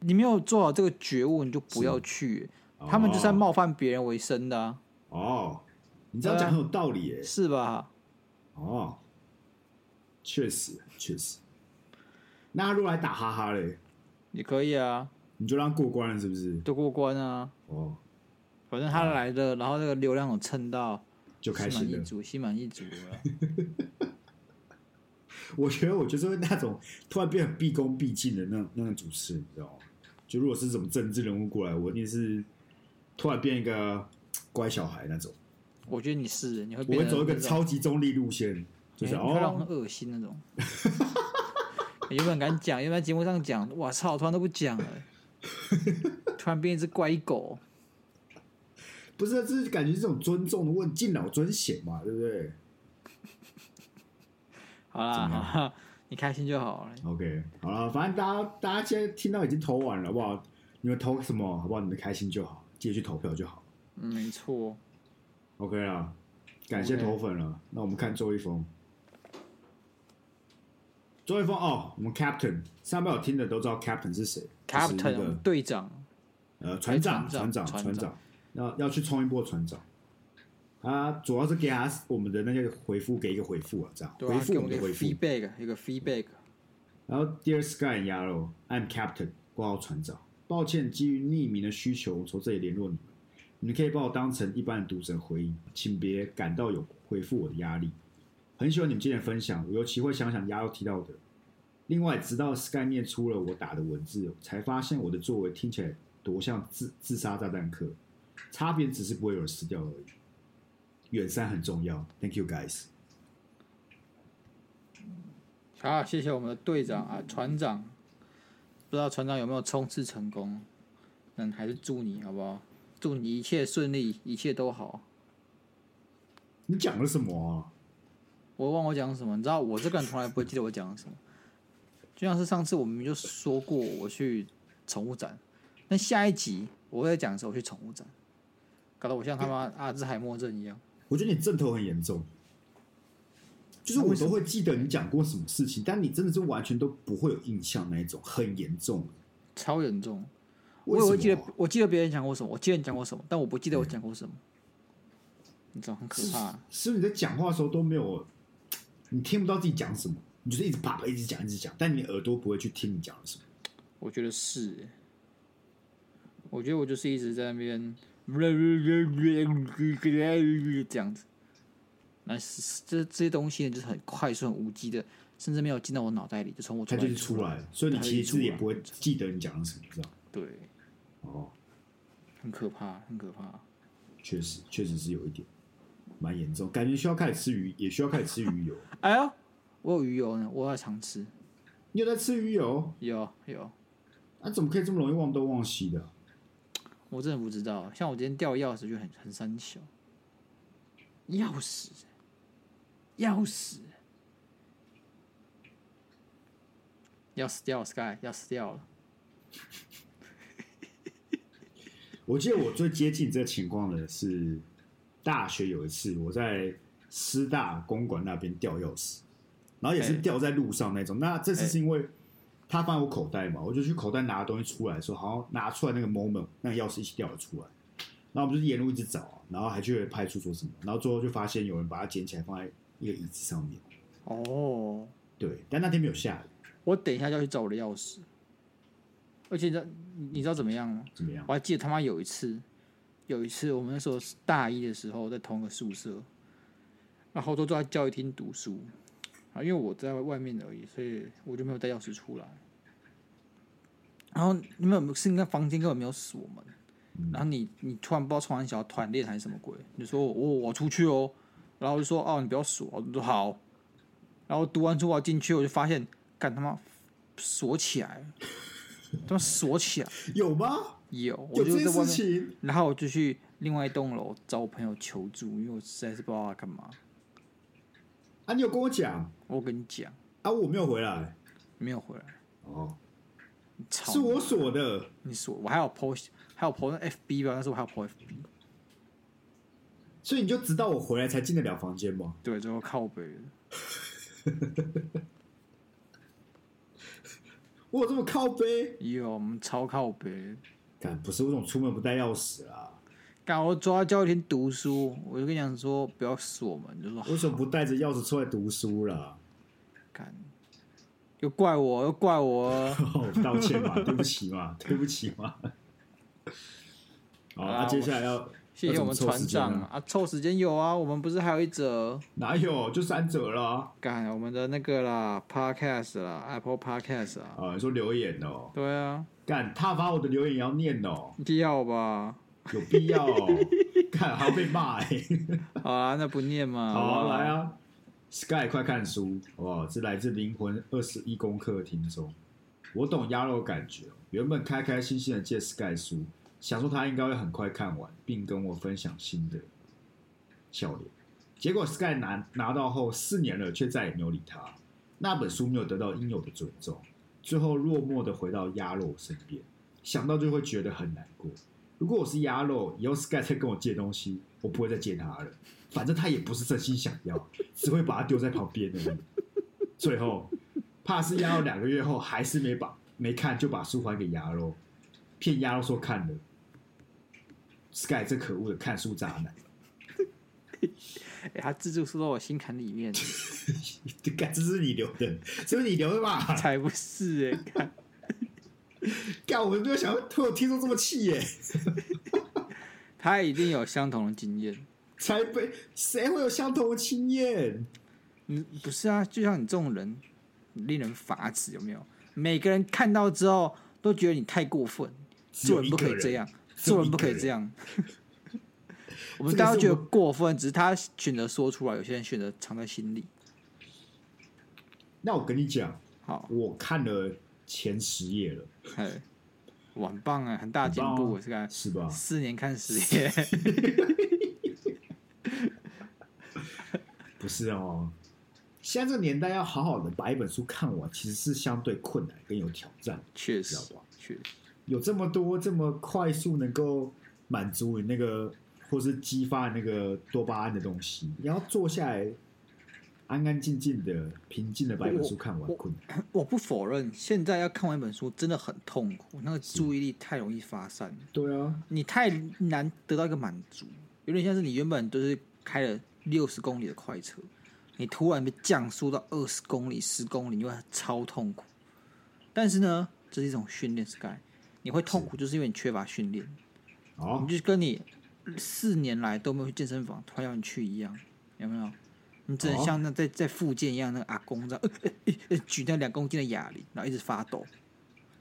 [SPEAKER 2] 你没有做好这个觉悟，你就不要去。哦他们就是在冒犯别人为生的、啊，
[SPEAKER 1] 哦，你这样讲很有道理耶。
[SPEAKER 2] 是吧？呃
[SPEAKER 1] 哦，确实确实。那他如果来打哈哈嘞，
[SPEAKER 2] 也可以啊，
[SPEAKER 1] 你就让他过关了，是不是？
[SPEAKER 2] 就过关啊。
[SPEAKER 1] 哦，
[SPEAKER 2] 反正他来了，然后那个流量有蹭到，
[SPEAKER 1] 就开
[SPEAKER 2] 心满
[SPEAKER 1] 心
[SPEAKER 2] 意
[SPEAKER 1] 了。
[SPEAKER 2] 足，心满意足 了。
[SPEAKER 1] 我觉得我就是那种突然变很毕恭毕敬的那种那种主持人，你知道吗？就如果是什么政治人物过来，我一定是突然变一个乖小孩那种，
[SPEAKER 2] 我觉得你是，你会
[SPEAKER 1] 我
[SPEAKER 2] 变
[SPEAKER 1] 会
[SPEAKER 2] 得
[SPEAKER 1] 走一个
[SPEAKER 2] 那种
[SPEAKER 1] 超级中立路线，就是
[SPEAKER 2] 欸你会让我
[SPEAKER 1] 哦
[SPEAKER 2] 很，恶心那种。 欸原本敢讲，原本在节目上讲，哇操，突然都不 讲了，突然变一只乖狗。
[SPEAKER 1] 不是，这是感觉是这种尊重的问，敬老尊贤嘛，对不对
[SPEAKER 2] 好
[SPEAKER 1] 怎
[SPEAKER 2] 啦，
[SPEAKER 1] 么样
[SPEAKER 2] 好啦 你开心就好了。
[SPEAKER 1] ？OK，好了，反正大家大家现在听到已经投完了，好不好？你们投什么，好不好？你们开心就好，记得去投票就好。
[SPEAKER 2] 嗯，没错。
[SPEAKER 1] OK 啦，感谢
[SPEAKER 2] OK
[SPEAKER 1] 投粉了。那我们看周一峰，周一峰哦，我们 Captain 上班有听的都知道 Captain 是谁就是那
[SPEAKER 2] Captain
[SPEAKER 1] 个
[SPEAKER 2] 队长，
[SPEAKER 1] 呃船长
[SPEAKER 2] 哎
[SPEAKER 1] 船
[SPEAKER 2] 船
[SPEAKER 1] 长
[SPEAKER 2] 长
[SPEAKER 1] 船
[SPEAKER 2] 船
[SPEAKER 1] 长，要要去冲一波船长。他主要是给他我们的那个回复给一个回复啊，这样、
[SPEAKER 2] 对
[SPEAKER 1] 回
[SPEAKER 2] 啊，
[SPEAKER 1] 复
[SPEAKER 2] 给
[SPEAKER 1] 我
[SPEAKER 2] 我
[SPEAKER 1] 们
[SPEAKER 2] 们
[SPEAKER 1] 的
[SPEAKER 2] 一个
[SPEAKER 1] 回复。
[SPEAKER 2] feedback，一个 feedback。
[SPEAKER 1] 然后 Dear Sky and Yellow, I'm Captain，挂号船长。抱歉，基于匿名的需求，我从这里联络你们。你们可以把我当成一般的读者回应，请别感到有回复我的压力。很喜欢你们今天的分享，我尤其会想想 Yellow 提到的，另外，直到 Sky 念出了我打的文字，才发现我的作为听起来多像自自杀炸弹客，差别只是不会有人死掉而已。远山很重要，Thank you guys。
[SPEAKER 2] 好，谢谢我们的队长啊，船长。不知道船长有没有冲刺成功？嗯，还是祝你好不好？祝你一切顺利，一切都好。
[SPEAKER 1] 你讲了什么啊？
[SPEAKER 2] 我忘我讲什么，你知道我这个人从来不会记得我讲了什么。就像是上次我们就说过我去宠物展，那下一集我会再讲的时候我去宠物展，搞得我像他妈阿兹海默症一样。
[SPEAKER 1] 我觉得你症头很严重，就是我都会记得你讲过什么事情，但你真的是完全都不会有印象那一种，很严重。
[SPEAKER 2] 超严重。
[SPEAKER 1] 为什么
[SPEAKER 2] 我也会
[SPEAKER 1] 啊
[SPEAKER 2] 记得，我记得别人讲过什么，我记得你讲过什么，但我不记得我讲过什么。你知道很可怕，
[SPEAKER 1] 是不是你在讲话的时候都没有，你听不到自己讲什么，你就是一直叭叭一直讲一直讲，但你耳朵不会去听你讲了什么。
[SPEAKER 2] 我觉得是欸。我觉得我就是一直在那边这样子，那是这这些东西就是很快速、很无机的，甚至没有进到我脑袋里，就从我
[SPEAKER 1] 它就
[SPEAKER 2] 嘴巴
[SPEAKER 1] 是
[SPEAKER 2] 里
[SPEAKER 1] 出来了，
[SPEAKER 2] 了
[SPEAKER 1] 所以你
[SPEAKER 2] 它就
[SPEAKER 1] 其
[SPEAKER 2] 是
[SPEAKER 1] 实自己
[SPEAKER 2] 出
[SPEAKER 1] 也
[SPEAKER 2] 来
[SPEAKER 1] 不会记得你讲了什么，你知道吗？
[SPEAKER 2] 对，
[SPEAKER 1] 哦，
[SPEAKER 2] 很可怕，很可怕。
[SPEAKER 1] 确实，确实是有一点蛮严重，感觉需要开始吃鱼，也需要开始吃鱼油。
[SPEAKER 2] 哎呦，我有鱼油呢，我要常吃，
[SPEAKER 1] 你有在吃鱼油？
[SPEAKER 2] 有有。
[SPEAKER 1] 那、怎么可以这么容易忘东忘西的啊、
[SPEAKER 2] 我真的不知道，像我今天掉钥匙就很很三小，钥匙，欸钥匙，要死掉了，Sky 要死掉了，
[SPEAKER 1] 我记得我最接近这个情况的是大学有一次，我在师大公馆那边掉钥匙，然后也是
[SPEAKER 2] 哎
[SPEAKER 1] 掉在路上那种。那这次
[SPEAKER 2] 哎
[SPEAKER 1] 是因为他放在我口袋嘛，我就去口袋拿东西出来的时候，好像拿出来那个 moment，那个钥匙一起掉了出来。然后我们就是沿路一直找啊，然后还去派出所什么，然后最后就发现有人把它捡起来放在一个椅子上面。
[SPEAKER 2] 哦，
[SPEAKER 1] 对，但那天没有下雨，
[SPEAKER 2] 我等一下就要去找我的钥匙，而且你知道你你知道怎么样吗？
[SPEAKER 1] 怎么样？
[SPEAKER 2] 我还记得他妈有一次，有一次我们那时候是大一的时候在同一个宿舍，然后都坐在教育厅读书，啊，因为我在外面而已，所以我就没有带钥匙出来。然后你们有没有是那房间根本没有锁门，然后你你突然不知道冲完小团练还是什么鬼，你就说我、我我出去哦，然后我就说哦你不要锁，我说好，然后读完书我要进去我就发现干他妈锁起来了，他妈锁起来了。
[SPEAKER 1] 有吗？
[SPEAKER 2] 有，我
[SPEAKER 1] 有
[SPEAKER 2] 就
[SPEAKER 1] 这
[SPEAKER 2] 在
[SPEAKER 1] 件
[SPEAKER 2] 外
[SPEAKER 1] 事
[SPEAKER 2] 面，
[SPEAKER 1] 情？
[SPEAKER 2] 然后我就去另外一栋楼找我朋友求助，因为我实在是不知道他干嘛。
[SPEAKER 1] 啊，你有跟我讲
[SPEAKER 2] 我跟你讲，
[SPEAKER 1] 啊？我没有回来
[SPEAKER 2] 没有回来，
[SPEAKER 1] 哦，
[SPEAKER 2] 操
[SPEAKER 1] 是我锁的。
[SPEAKER 2] 你说我还有 po 还有 po 那 FB 吧，但是我还有 po FB，
[SPEAKER 1] 所以你就直到我回来才进得了房间吗？
[SPEAKER 2] 对，最后靠北了。
[SPEAKER 1] 我有这么靠背？
[SPEAKER 2] 有，我们超靠北的。
[SPEAKER 1] 干，不是我这种出门不带钥匙啊啦，
[SPEAKER 2] 干，我抓教育厅读书，我就跟你讲说不要锁门，就说
[SPEAKER 1] 为什么不带着钥匙出来读书啦？
[SPEAKER 2] 干，又怪我，又怪我 哦。
[SPEAKER 1] 哦，道歉嘛，对不起嘛，对不起嘛。好，
[SPEAKER 2] 好
[SPEAKER 1] 那、
[SPEAKER 2] 啦
[SPEAKER 1] 接下来要
[SPEAKER 2] 谢谢我们
[SPEAKER 1] 要怎么凑
[SPEAKER 2] 船
[SPEAKER 1] 时间
[SPEAKER 2] 长
[SPEAKER 1] 呢
[SPEAKER 2] 啊，凑时间有啊，我们不是还有一则。
[SPEAKER 1] 哪有就三折啦？
[SPEAKER 2] 干我们的那个啦，Podcast 啦，Apple Podcast 啊，
[SPEAKER 1] 啊，你说留言哦，
[SPEAKER 2] 对啊，
[SPEAKER 1] 干，他把我的留言也要念哦，
[SPEAKER 2] 要吧？
[SPEAKER 1] 有必要哦？干，还要被骂哎、
[SPEAKER 2] 好啊，那不念嘛。
[SPEAKER 1] 好、
[SPEAKER 2] 不
[SPEAKER 1] 啊，来！啊，Sky 快看书，好不好？是来自灵魂二十一功课的听众。我懂鸭肉感觉，哦原本开开心心的借 Sky 书，想说他应该会很快看完，并跟我分享心得。笑脸，结果 Sky 拿拿到后四年了，却再也没有理他。那本书没有得到应有的尊重，最后落寞的回到鸭肉身边，想到就会觉得很难过。如果我是鸭肉，以后 Sky 再跟我借东西，我不会再借他了。反正他也不是真心想 要，只会把它丢在旁边而已。最后，怕是鸭肉两个月后还是没把没看，就把书还给鸭肉，骗鸭肉说看了。Sky 这可恶的看书渣男，
[SPEAKER 2] 哎、他自助说到我心坎里面，
[SPEAKER 1] 这干这是你留的，这是你留的 吧？
[SPEAKER 2] 才不是哎、干
[SPEAKER 1] 干，我没有想到会有听众这么气耶、
[SPEAKER 2] 他一定有相同的经验。
[SPEAKER 1] 才被谁会有相同的经验？
[SPEAKER 2] 嗯你不是啊？就像你这种人，令人发指，有没有？每个人看到之后都觉得你太过分，
[SPEAKER 1] 只有
[SPEAKER 2] 做人不可以这样，
[SPEAKER 1] 只有
[SPEAKER 2] 做
[SPEAKER 1] 一
[SPEAKER 2] 人不
[SPEAKER 1] 个
[SPEAKER 2] 可以
[SPEAKER 1] 人
[SPEAKER 2] 这样。 我们
[SPEAKER 1] 这个
[SPEAKER 2] 大家
[SPEAKER 1] 是
[SPEAKER 2] 觉得
[SPEAKER 1] 我们
[SPEAKER 2] 过分，只是他选择说出来，有些人选择藏在心里。
[SPEAKER 1] 那我跟你讲，
[SPEAKER 2] 好，
[SPEAKER 1] 我看了前十页了，
[SPEAKER 2] 哎，哇很棒啊，很大进
[SPEAKER 1] 很棒
[SPEAKER 2] 步，
[SPEAKER 1] 啊
[SPEAKER 2] 我是看
[SPEAKER 1] 是吧？
[SPEAKER 2] 四年看十页，
[SPEAKER 1] 不是哦，现在这个年代要好好的把一本书看完，其实是相对困难跟有挑战，
[SPEAKER 2] 确
[SPEAKER 1] 知
[SPEAKER 2] 实
[SPEAKER 1] 道吧？
[SPEAKER 2] 确实，
[SPEAKER 1] 有这么多这么快速能够满足你那个或是激发那个多巴胺的东西，你要坐下来安安静静的、平静的把一本书看完，
[SPEAKER 2] 我
[SPEAKER 1] 困难。
[SPEAKER 2] 我不否认，现在要看完一本书真的很痛苦，那个注意力太容易发散了。
[SPEAKER 1] 对啊，
[SPEAKER 2] 你太难得到一个满足，有点像是你原本就是开了六十公里的快车，你突然被降速到二十公里、十公里，你会超痛苦。但是呢，这是一种训练，Sky，你会痛苦就是因为你缺乏训练，
[SPEAKER 1] 哦，
[SPEAKER 2] 你就跟你四年来都没有去健身房，突然要你去一样，有没有？你只能
[SPEAKER 1] 哦
[SPEAKER 2] 像那在在复健一样，那个阿公这样、呃呃呃呃举那两公斤的哑铃，然后一直发抖。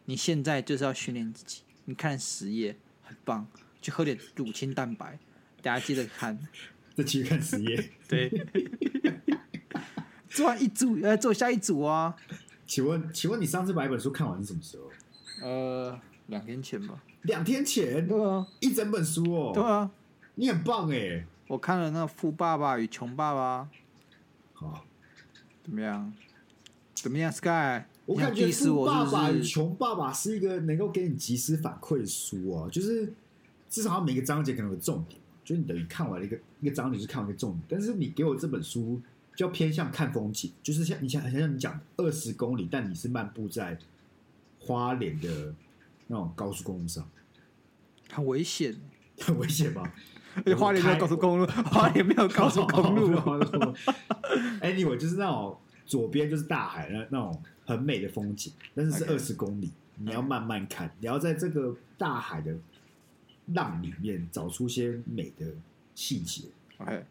[SPEAKER 2] 你现在就是要训练自己，你看实业很棒，去喝点乳清蛋白，大家记得看。
[SPEAKER 1] 这其实看十页。
[SPEAKER 2] 对，做完一组，呃，做下一组啊。
[SPEAKER 1] 请问，请问你上次把一本书看完是什么时候？
[SPEAKER 2] 呃，两天前吧。
[SPEAKER 1] 两天前，
[SPEAKER 2] 对啊，
[SPEAKER 1] 一整本书哦。
[SPEAKER 2] 对啊，
[SPEAKER 1] 你很棒哎、
[SPEAKER 2] 我看了那个《富爸爸与穷爸爸》。
[SPEAKER 1] 好，
[SPEAKER 2] 怎么样？怎么样，Sky？
[SPEAKER 1] 我
[SPEAKER 2] 你想
[SPEAKER 1] 感觉《
[SPEAKER 2] diss
[SPEAKER 1] 富爸爸
[SPEAKER 2] 我是
[SPEAKER 1] 与
[SPEAKER 2] 不是？
[SPEAKER 1] 穷爸爸》是一个能够给你及时反馈的书哦，就是至少它每个章节可能有个重点，就是你等于看完了一个一个章节是看完一个重点，但是你给我这本书比较偏向看风景，就是像你想想像你讲二十公里，但你是漫步在花莲的那种高速公路上，
[SPEAKER 2] 很危险，
[SPEAKER 1] 很危险吧？
[SPEAKER 2] 而且花莲没有高速公路，花莲没有高速公
[SPEAKER 1] 没
[SPEAKER 2] 路
[SPEAKER 1] 有。 高速公路。anyway，就是那种左边就是大海，那那种很美的风景，但是是
[SPEAKER 2] OK
[SPEAKER 1] 二十公里你要慢慢看，你要在这个大海的浪里面找出一些美的细节。
[SPEAKER 2] OK，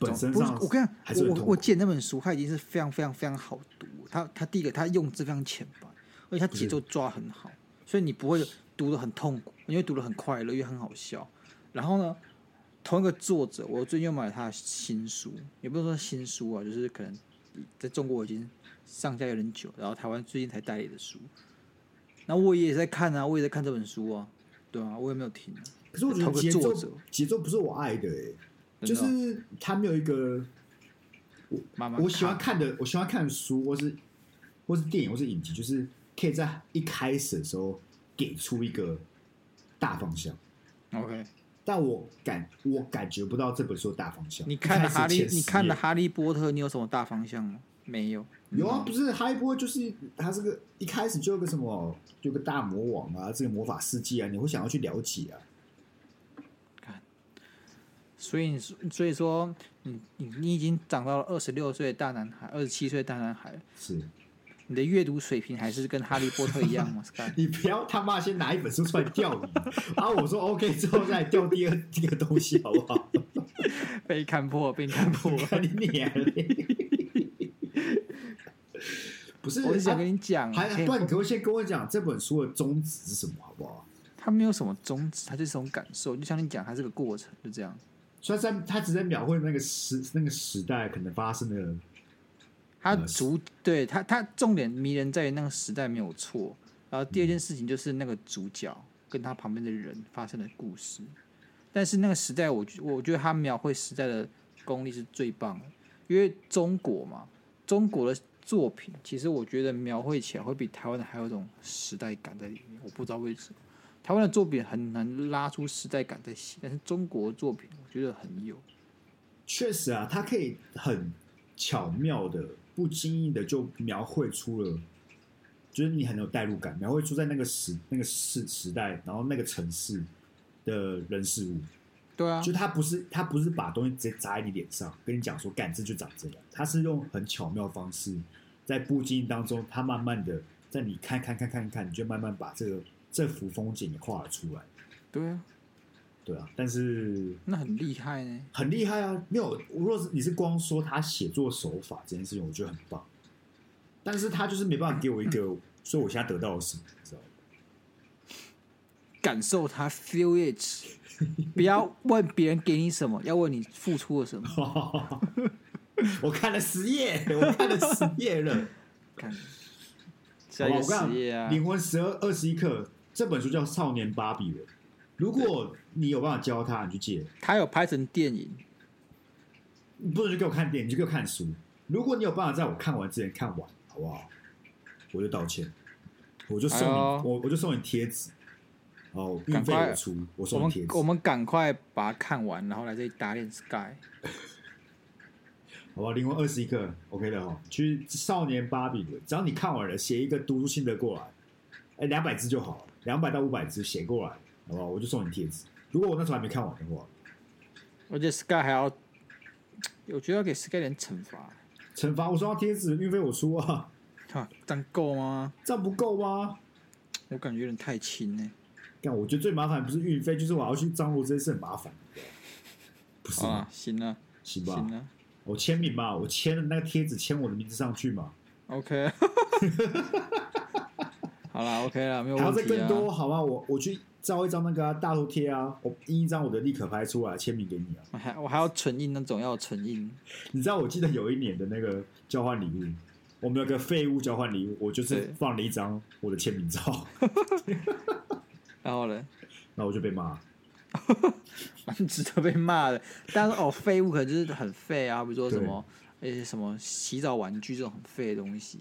[SPEAKER 1] 本身
[SPEAKER 2] 不是
[SPEAKER 1] 上，
[SPEAKER 2] 我跟你
[SPEAKER 1] 还是
[SPEAKER 2] 讲，
[SPEAKER 1] 很
[SPEAKER 2] 我
[SPEAKER 1] 痛
[SPEAKER 2] 我
[SPEAKER 1] 苦
[SPEAKER 2] 我见那本书，它已经是非常非常非常好读。它它第一个，它用字非常浅白，而且它节奏抓很好，所以你不会读的很痛苦，你会读的很快乐，因为很好笑。然后呢，同一个作者，我最近又买了他的新书，也不是说新书啊，就是可能在中国已经上架有点久，然后台湾最近才代理的书。那我也在看啊，我也在看这本书啊，对啊，我也没有停、啊。
[SPEAKER 1] 可是我觉
[SPEAKER 2] 同
[SPEAKER 1] 得
[SPEAKER 2] 个
[SPEAKER 1] 节
[SPEAKER 2] 作
[SPEAKER 1] 奏
[SPEAKER 2] 者
[SPEAKER 1] 节奏不是我爱的、欸，就
[SPEAKER 2] 真的哦
[SPEAKER 1] 是它没有一个
[SPEAKER 2] 慢慢
[SPEAKER 1] 我喜欢看的，我喜欢看的书或是或是电影或是影集，就是可以在一开始的时候给出一个大方向。
[SPEAKER 2] ，OK。
[SPEAKER 1] 但我感我感觉不到这本书的大方向。
[SPEAKER 2] 你看了
[SPEAKER 1] 一开始
[SPEAKER 2] 哈利
[SPEAKER 1] 前，十
[SPEAKER 2] 你看了
[SPEAKER 1] 页
[SPEAKER 2] 哈利波特，你有什么大方向吗？没有。嗯
[SPEAKER 1] 有啊？不是哈利波特就是他这个一开始就有个什么，就有个大魔王啊，这个魔法世界啊，你会想要去了解啊。
[SPEAKER 2] 所以你说，所以说，你你你已经长到了二十六岁的大男孩，二十七岁的大男孩，
[SPEAKER 1] 是
[SPEAKER 2] 你的阅读水平还是跟哈利波特一样吗 ？Sky，
[SPEAKER 1] 你不要他妈先拿一本书出来吊你，然后我说 OK 之后再吊第二第二个东西好不好？
[SPEAKER 2] 被看破，被看破。
[SPEAKER 1] 我看你脸嘞。不是，
[SPEAKER 2] 我是想
[SPEAKER 1] 啊
[SPEAKER 2] 跟你讲，
[SPEAKER 1] 还
[SPEAKER 2] 可以
[SPEAKER 1] 不然你可不可以先跟我讲这本书的宗旨是什么，好不好？
[SPEAKER 2] 它没有什么宗旨，它就是一种感受，就像你讲，它是个过程，就这样。
[SPEAKER 1] 虽然在他只在描绘那个时那个时代可能发生的
[SPEAKER 2] 它
[SPEAKER 1] 呃
[SPEAKER 2] 主对它它重点迷人在于那个时代没有错，然后第二件事情就是那个主角跟他旁边的人发生的故事，但是那个时代我觉我觉得他描绘时代的功力是最棒的，因为中国嘛，中国的作品其实我觉得描绘起来会比台湾的还有一种时代感在里面，我不知道为什么。台湾的作品很难拉出时代感在写，但是中国的作品我觉得很有。
[SPEAKER 1] 确实啊，他可以很巧妙的、不经意的就描绘出了，就是你很有代入感，描绘出在那个时、那个时时代，然后那个城市的人事物。
[SPEAKER 2] 对啊，
[SPEAKER 1] 就他不是他不是把东西直接砸在你脸上，跟你讲说干这就长这样，他是用很巧妙的方式，在不经意当中，他慢慢的在你看看看看看，你就慢慢把这个这幅风景给画了出来。
[SPEAKER 2] 对啊，
[SPEAKER 1] 对啊，但是
[SPEAKER 2] 那很厉害呢。
[SPEAKER 1] 很厉害啊！没有，如果是你是光说他写作手法这件事情，我觉得很棒。但是他就是没办法给我一个，所以我现在得到的是什么，你知道吗？
[SPEAKER 2] 感受它，feel it，不要问别人给你 什么，要问你付出了什么。
[SPEAKER 1] 我看了十页，我看了十页了。
[SPEAKER 2] 看，下
[SPEAKER 1] 好
[SPEAKER 2] 一
[SPEAKER 1] 吧
[SPEAKER 2] 个
[SPEAKER 1] 我告诉
[SPEAKER 2] 实
[SPEAKER 1] 你
[SPEAKER 2] 业啊，
[SPEAKER 1] 灵魂十二二十一课》这本书叫《少年芭比》的。如果你有办法教他，你去借；
[SPEAKER 2] 他有拍成电影，
[SPEAKER 1] 你不能就给我看电影，你就给我看书。如果你有办法在我看完之前看完，好不好？我就道歉，我就送你，
[SPEAKER 2] 哎呦
[SPEAKER 1] 我我就送你贴纸。哦，运
[SPEAKER 2] 赶
[SPEAKER 1] 费
[SPEAKER 2] 快
[SPEAKER 1] 我出，我
[SPEAKER 2] 我
[SPEAKER 1] 送你贴
[SPEAKER 2] 们
[SPEAKER 1] 纸，
[SPEAKER 2] 我
[SPEAKER 1] 好
[SPEAKER 2] 们赶快把它看完，然后来这里打脸 Sky。
[SPEAKER 1] 不好？灵魂二十一课，OK 的哦。去少年芭比的，只要你看完了，写一个读书心得过来，哎，两百字就好了，两百到五百字写过来，好不好？我就送你贴纸。如果我那时候还没看完的话，
[SPEAKER 2] 而且 Sky 还要，我觉得要给 Sky 点惩罚，
[SPEAKER 1] 惩罚我说要贴纸，运费我出啊，
[SPEAKER 2] 哈，这样够吗？
[SPEAKER 1] 这样不够吗？
[SPEAKER 2] 我感觉有点太轻呢、
[SPEAKER 1] 但我觉得最麻烦不是运费，就是我要去张罗这件事很麻烦，不是
[SPEAKER 2] 好
[SPEAKER 1] 吗
[SPEAKER 2] 啦，？行了，
[SPEAKER 1] 行吧，
[SPEAKER 2] 啊行啊了
[SPEAKER 1] 我签名嘛，我签了那个贴纸，签我的名字上去嘛，
[SPEAKER 2] ，OK。好啦 o k 啦，没有
[SPEAKER 1] 还要
[SPEAKER 2] 问
[SPEAKER 1] 再
[SPEAKER 2] 题
[SPEAKER 1] 更
[SPEAKER 2] 啊。
[SPEAKER 1] 多好吗？我我去照一张那个啊、大头贴啊，我印一张我的立可拍出来签名给你啊。
[SPEAKER 2] 我还我还要唇印那种，要有唇印。
[SPEAKER 1] 你知道我记得有一年的那个交换礼物，我们有个废物交换礼物，我就是
[SPEAKER 2] 对
[SPEAKER 1] 放了一张我的签名照，
[SPEAKER 2] 然后呢，
[SPEAKER 1] 然后我就被骂。
[SPEAKER 2] 蛮值得被骂的。但是哦，废物可能就是很废啊，比如说什么一些什么洗澡玩具这种很废的东西，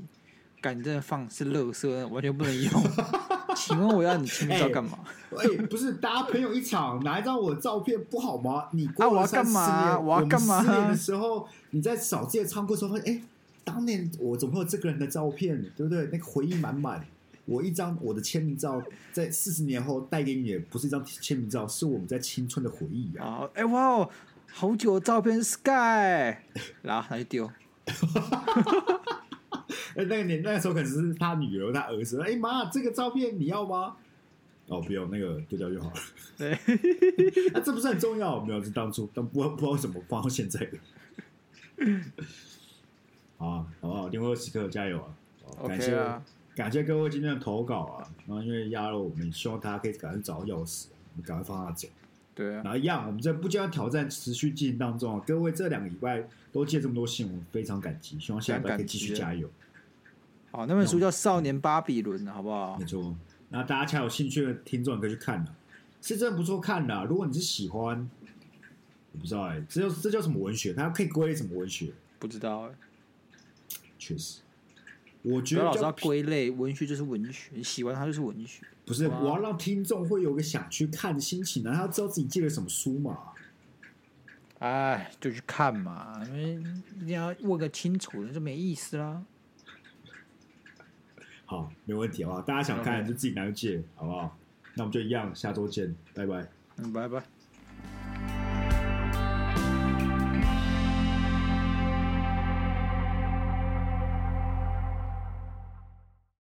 [SPEAKER 2] 感真的放是垃圾，完全不能用。 请问我要你清明照干嘛？
[SPEAKER 1] 哎、不是，大家朋友一场，拿一张我的照片不好吗？你过
[SPEAKER 2] 啊我
[SPEAKER 1] 了
[SPEAKER 2] 要干嘛
[SPEAKER 1] 30年
[SPEAKER 2] 我要干嘛啊
[SPEAKER 1] 们失联的时候，你在扫自己的仓库的时候，发现哎、当年我怎么会有这个人的照片？对不对？那个回忆满满。我一张我的签名照，在四十年后带给你的不是一张签名照，是我们在青春的回忆啊！
[SPEAKER 2] 啊，哎、哇哦，好久的照片 Sky，然后他就丢，
[SPEAKER 1] 哎、那个年那个时候可能是他女儿、他儿子，哎、妈，这个照片你要吗？哦，不用，那个丢掉就好了。
[SPEAKER 2] 对，
[SPEAKER 1] 啊，这不是很重要？没有，是当初，但不不知道为什么放到现在的。好啊，好不好？零二时刻加油啊！好感
[SPEAKER 2] OK
[SPEAKER 1] 谢、
[SPEAKER 2] 啊
[SPEAKER 1] 感谢各位今天的投稿啊！然后因为压了我们，希望大家可以赶快找到钥匙，啊我们赶快放他走。
[SPEAKER 2] 对啊，
[SPEAKER 1] 然后一样，我们在不间断挑战持续进行当中啊，各位这两个礼拜都借这么多信，我们非常感激，希望下礼拜可以继续
[SPEAKER 2] 非常啊
[SPEAKER 1] 加油。
[SPEAKER 2] 好，那本书叫《少年巴比伦》，好不好
[SPEAKER 1] 没？错，那大家才有兴趣的听众也可以去看的、是真的不错看的啊、如果你是喜欢，我不知道哎、这叫这叫什么文学？它可以归类什么文学？
[SPEAKER 2] 不知道、欸，
[SPEAKER 1] 确实，我
[SPEAKER 2] 不
[SPEAKER 1] 觉
[SPEAKER 2] 要
[SPEAKER 1] 得
[SPEAKER 2] 老是要
[SPEAKER 1] 叫
[SPEAKER 2] 归类，文学就是文学，你喜欢它就是文学。
[SPEAKER 1] 不是，
[SPEAKER 2] 哇
[SPEAKER 1] 我要让听众会有个想去看的心情啊，他要知道自己借了什么书嘛。
[SPEAKER 2] 哎，就去看嘛，因为一定要问个清楚的，就没意思啦。
[SPEAKER 1] 好，没问题好不好？大家想看
[SPEAKER 2] OK
[SPEAKER 1] 就自己拿去借，好不好？那我们就一样，下周见，拜拜。
[SPEAKER 2] 嗯，拜拜。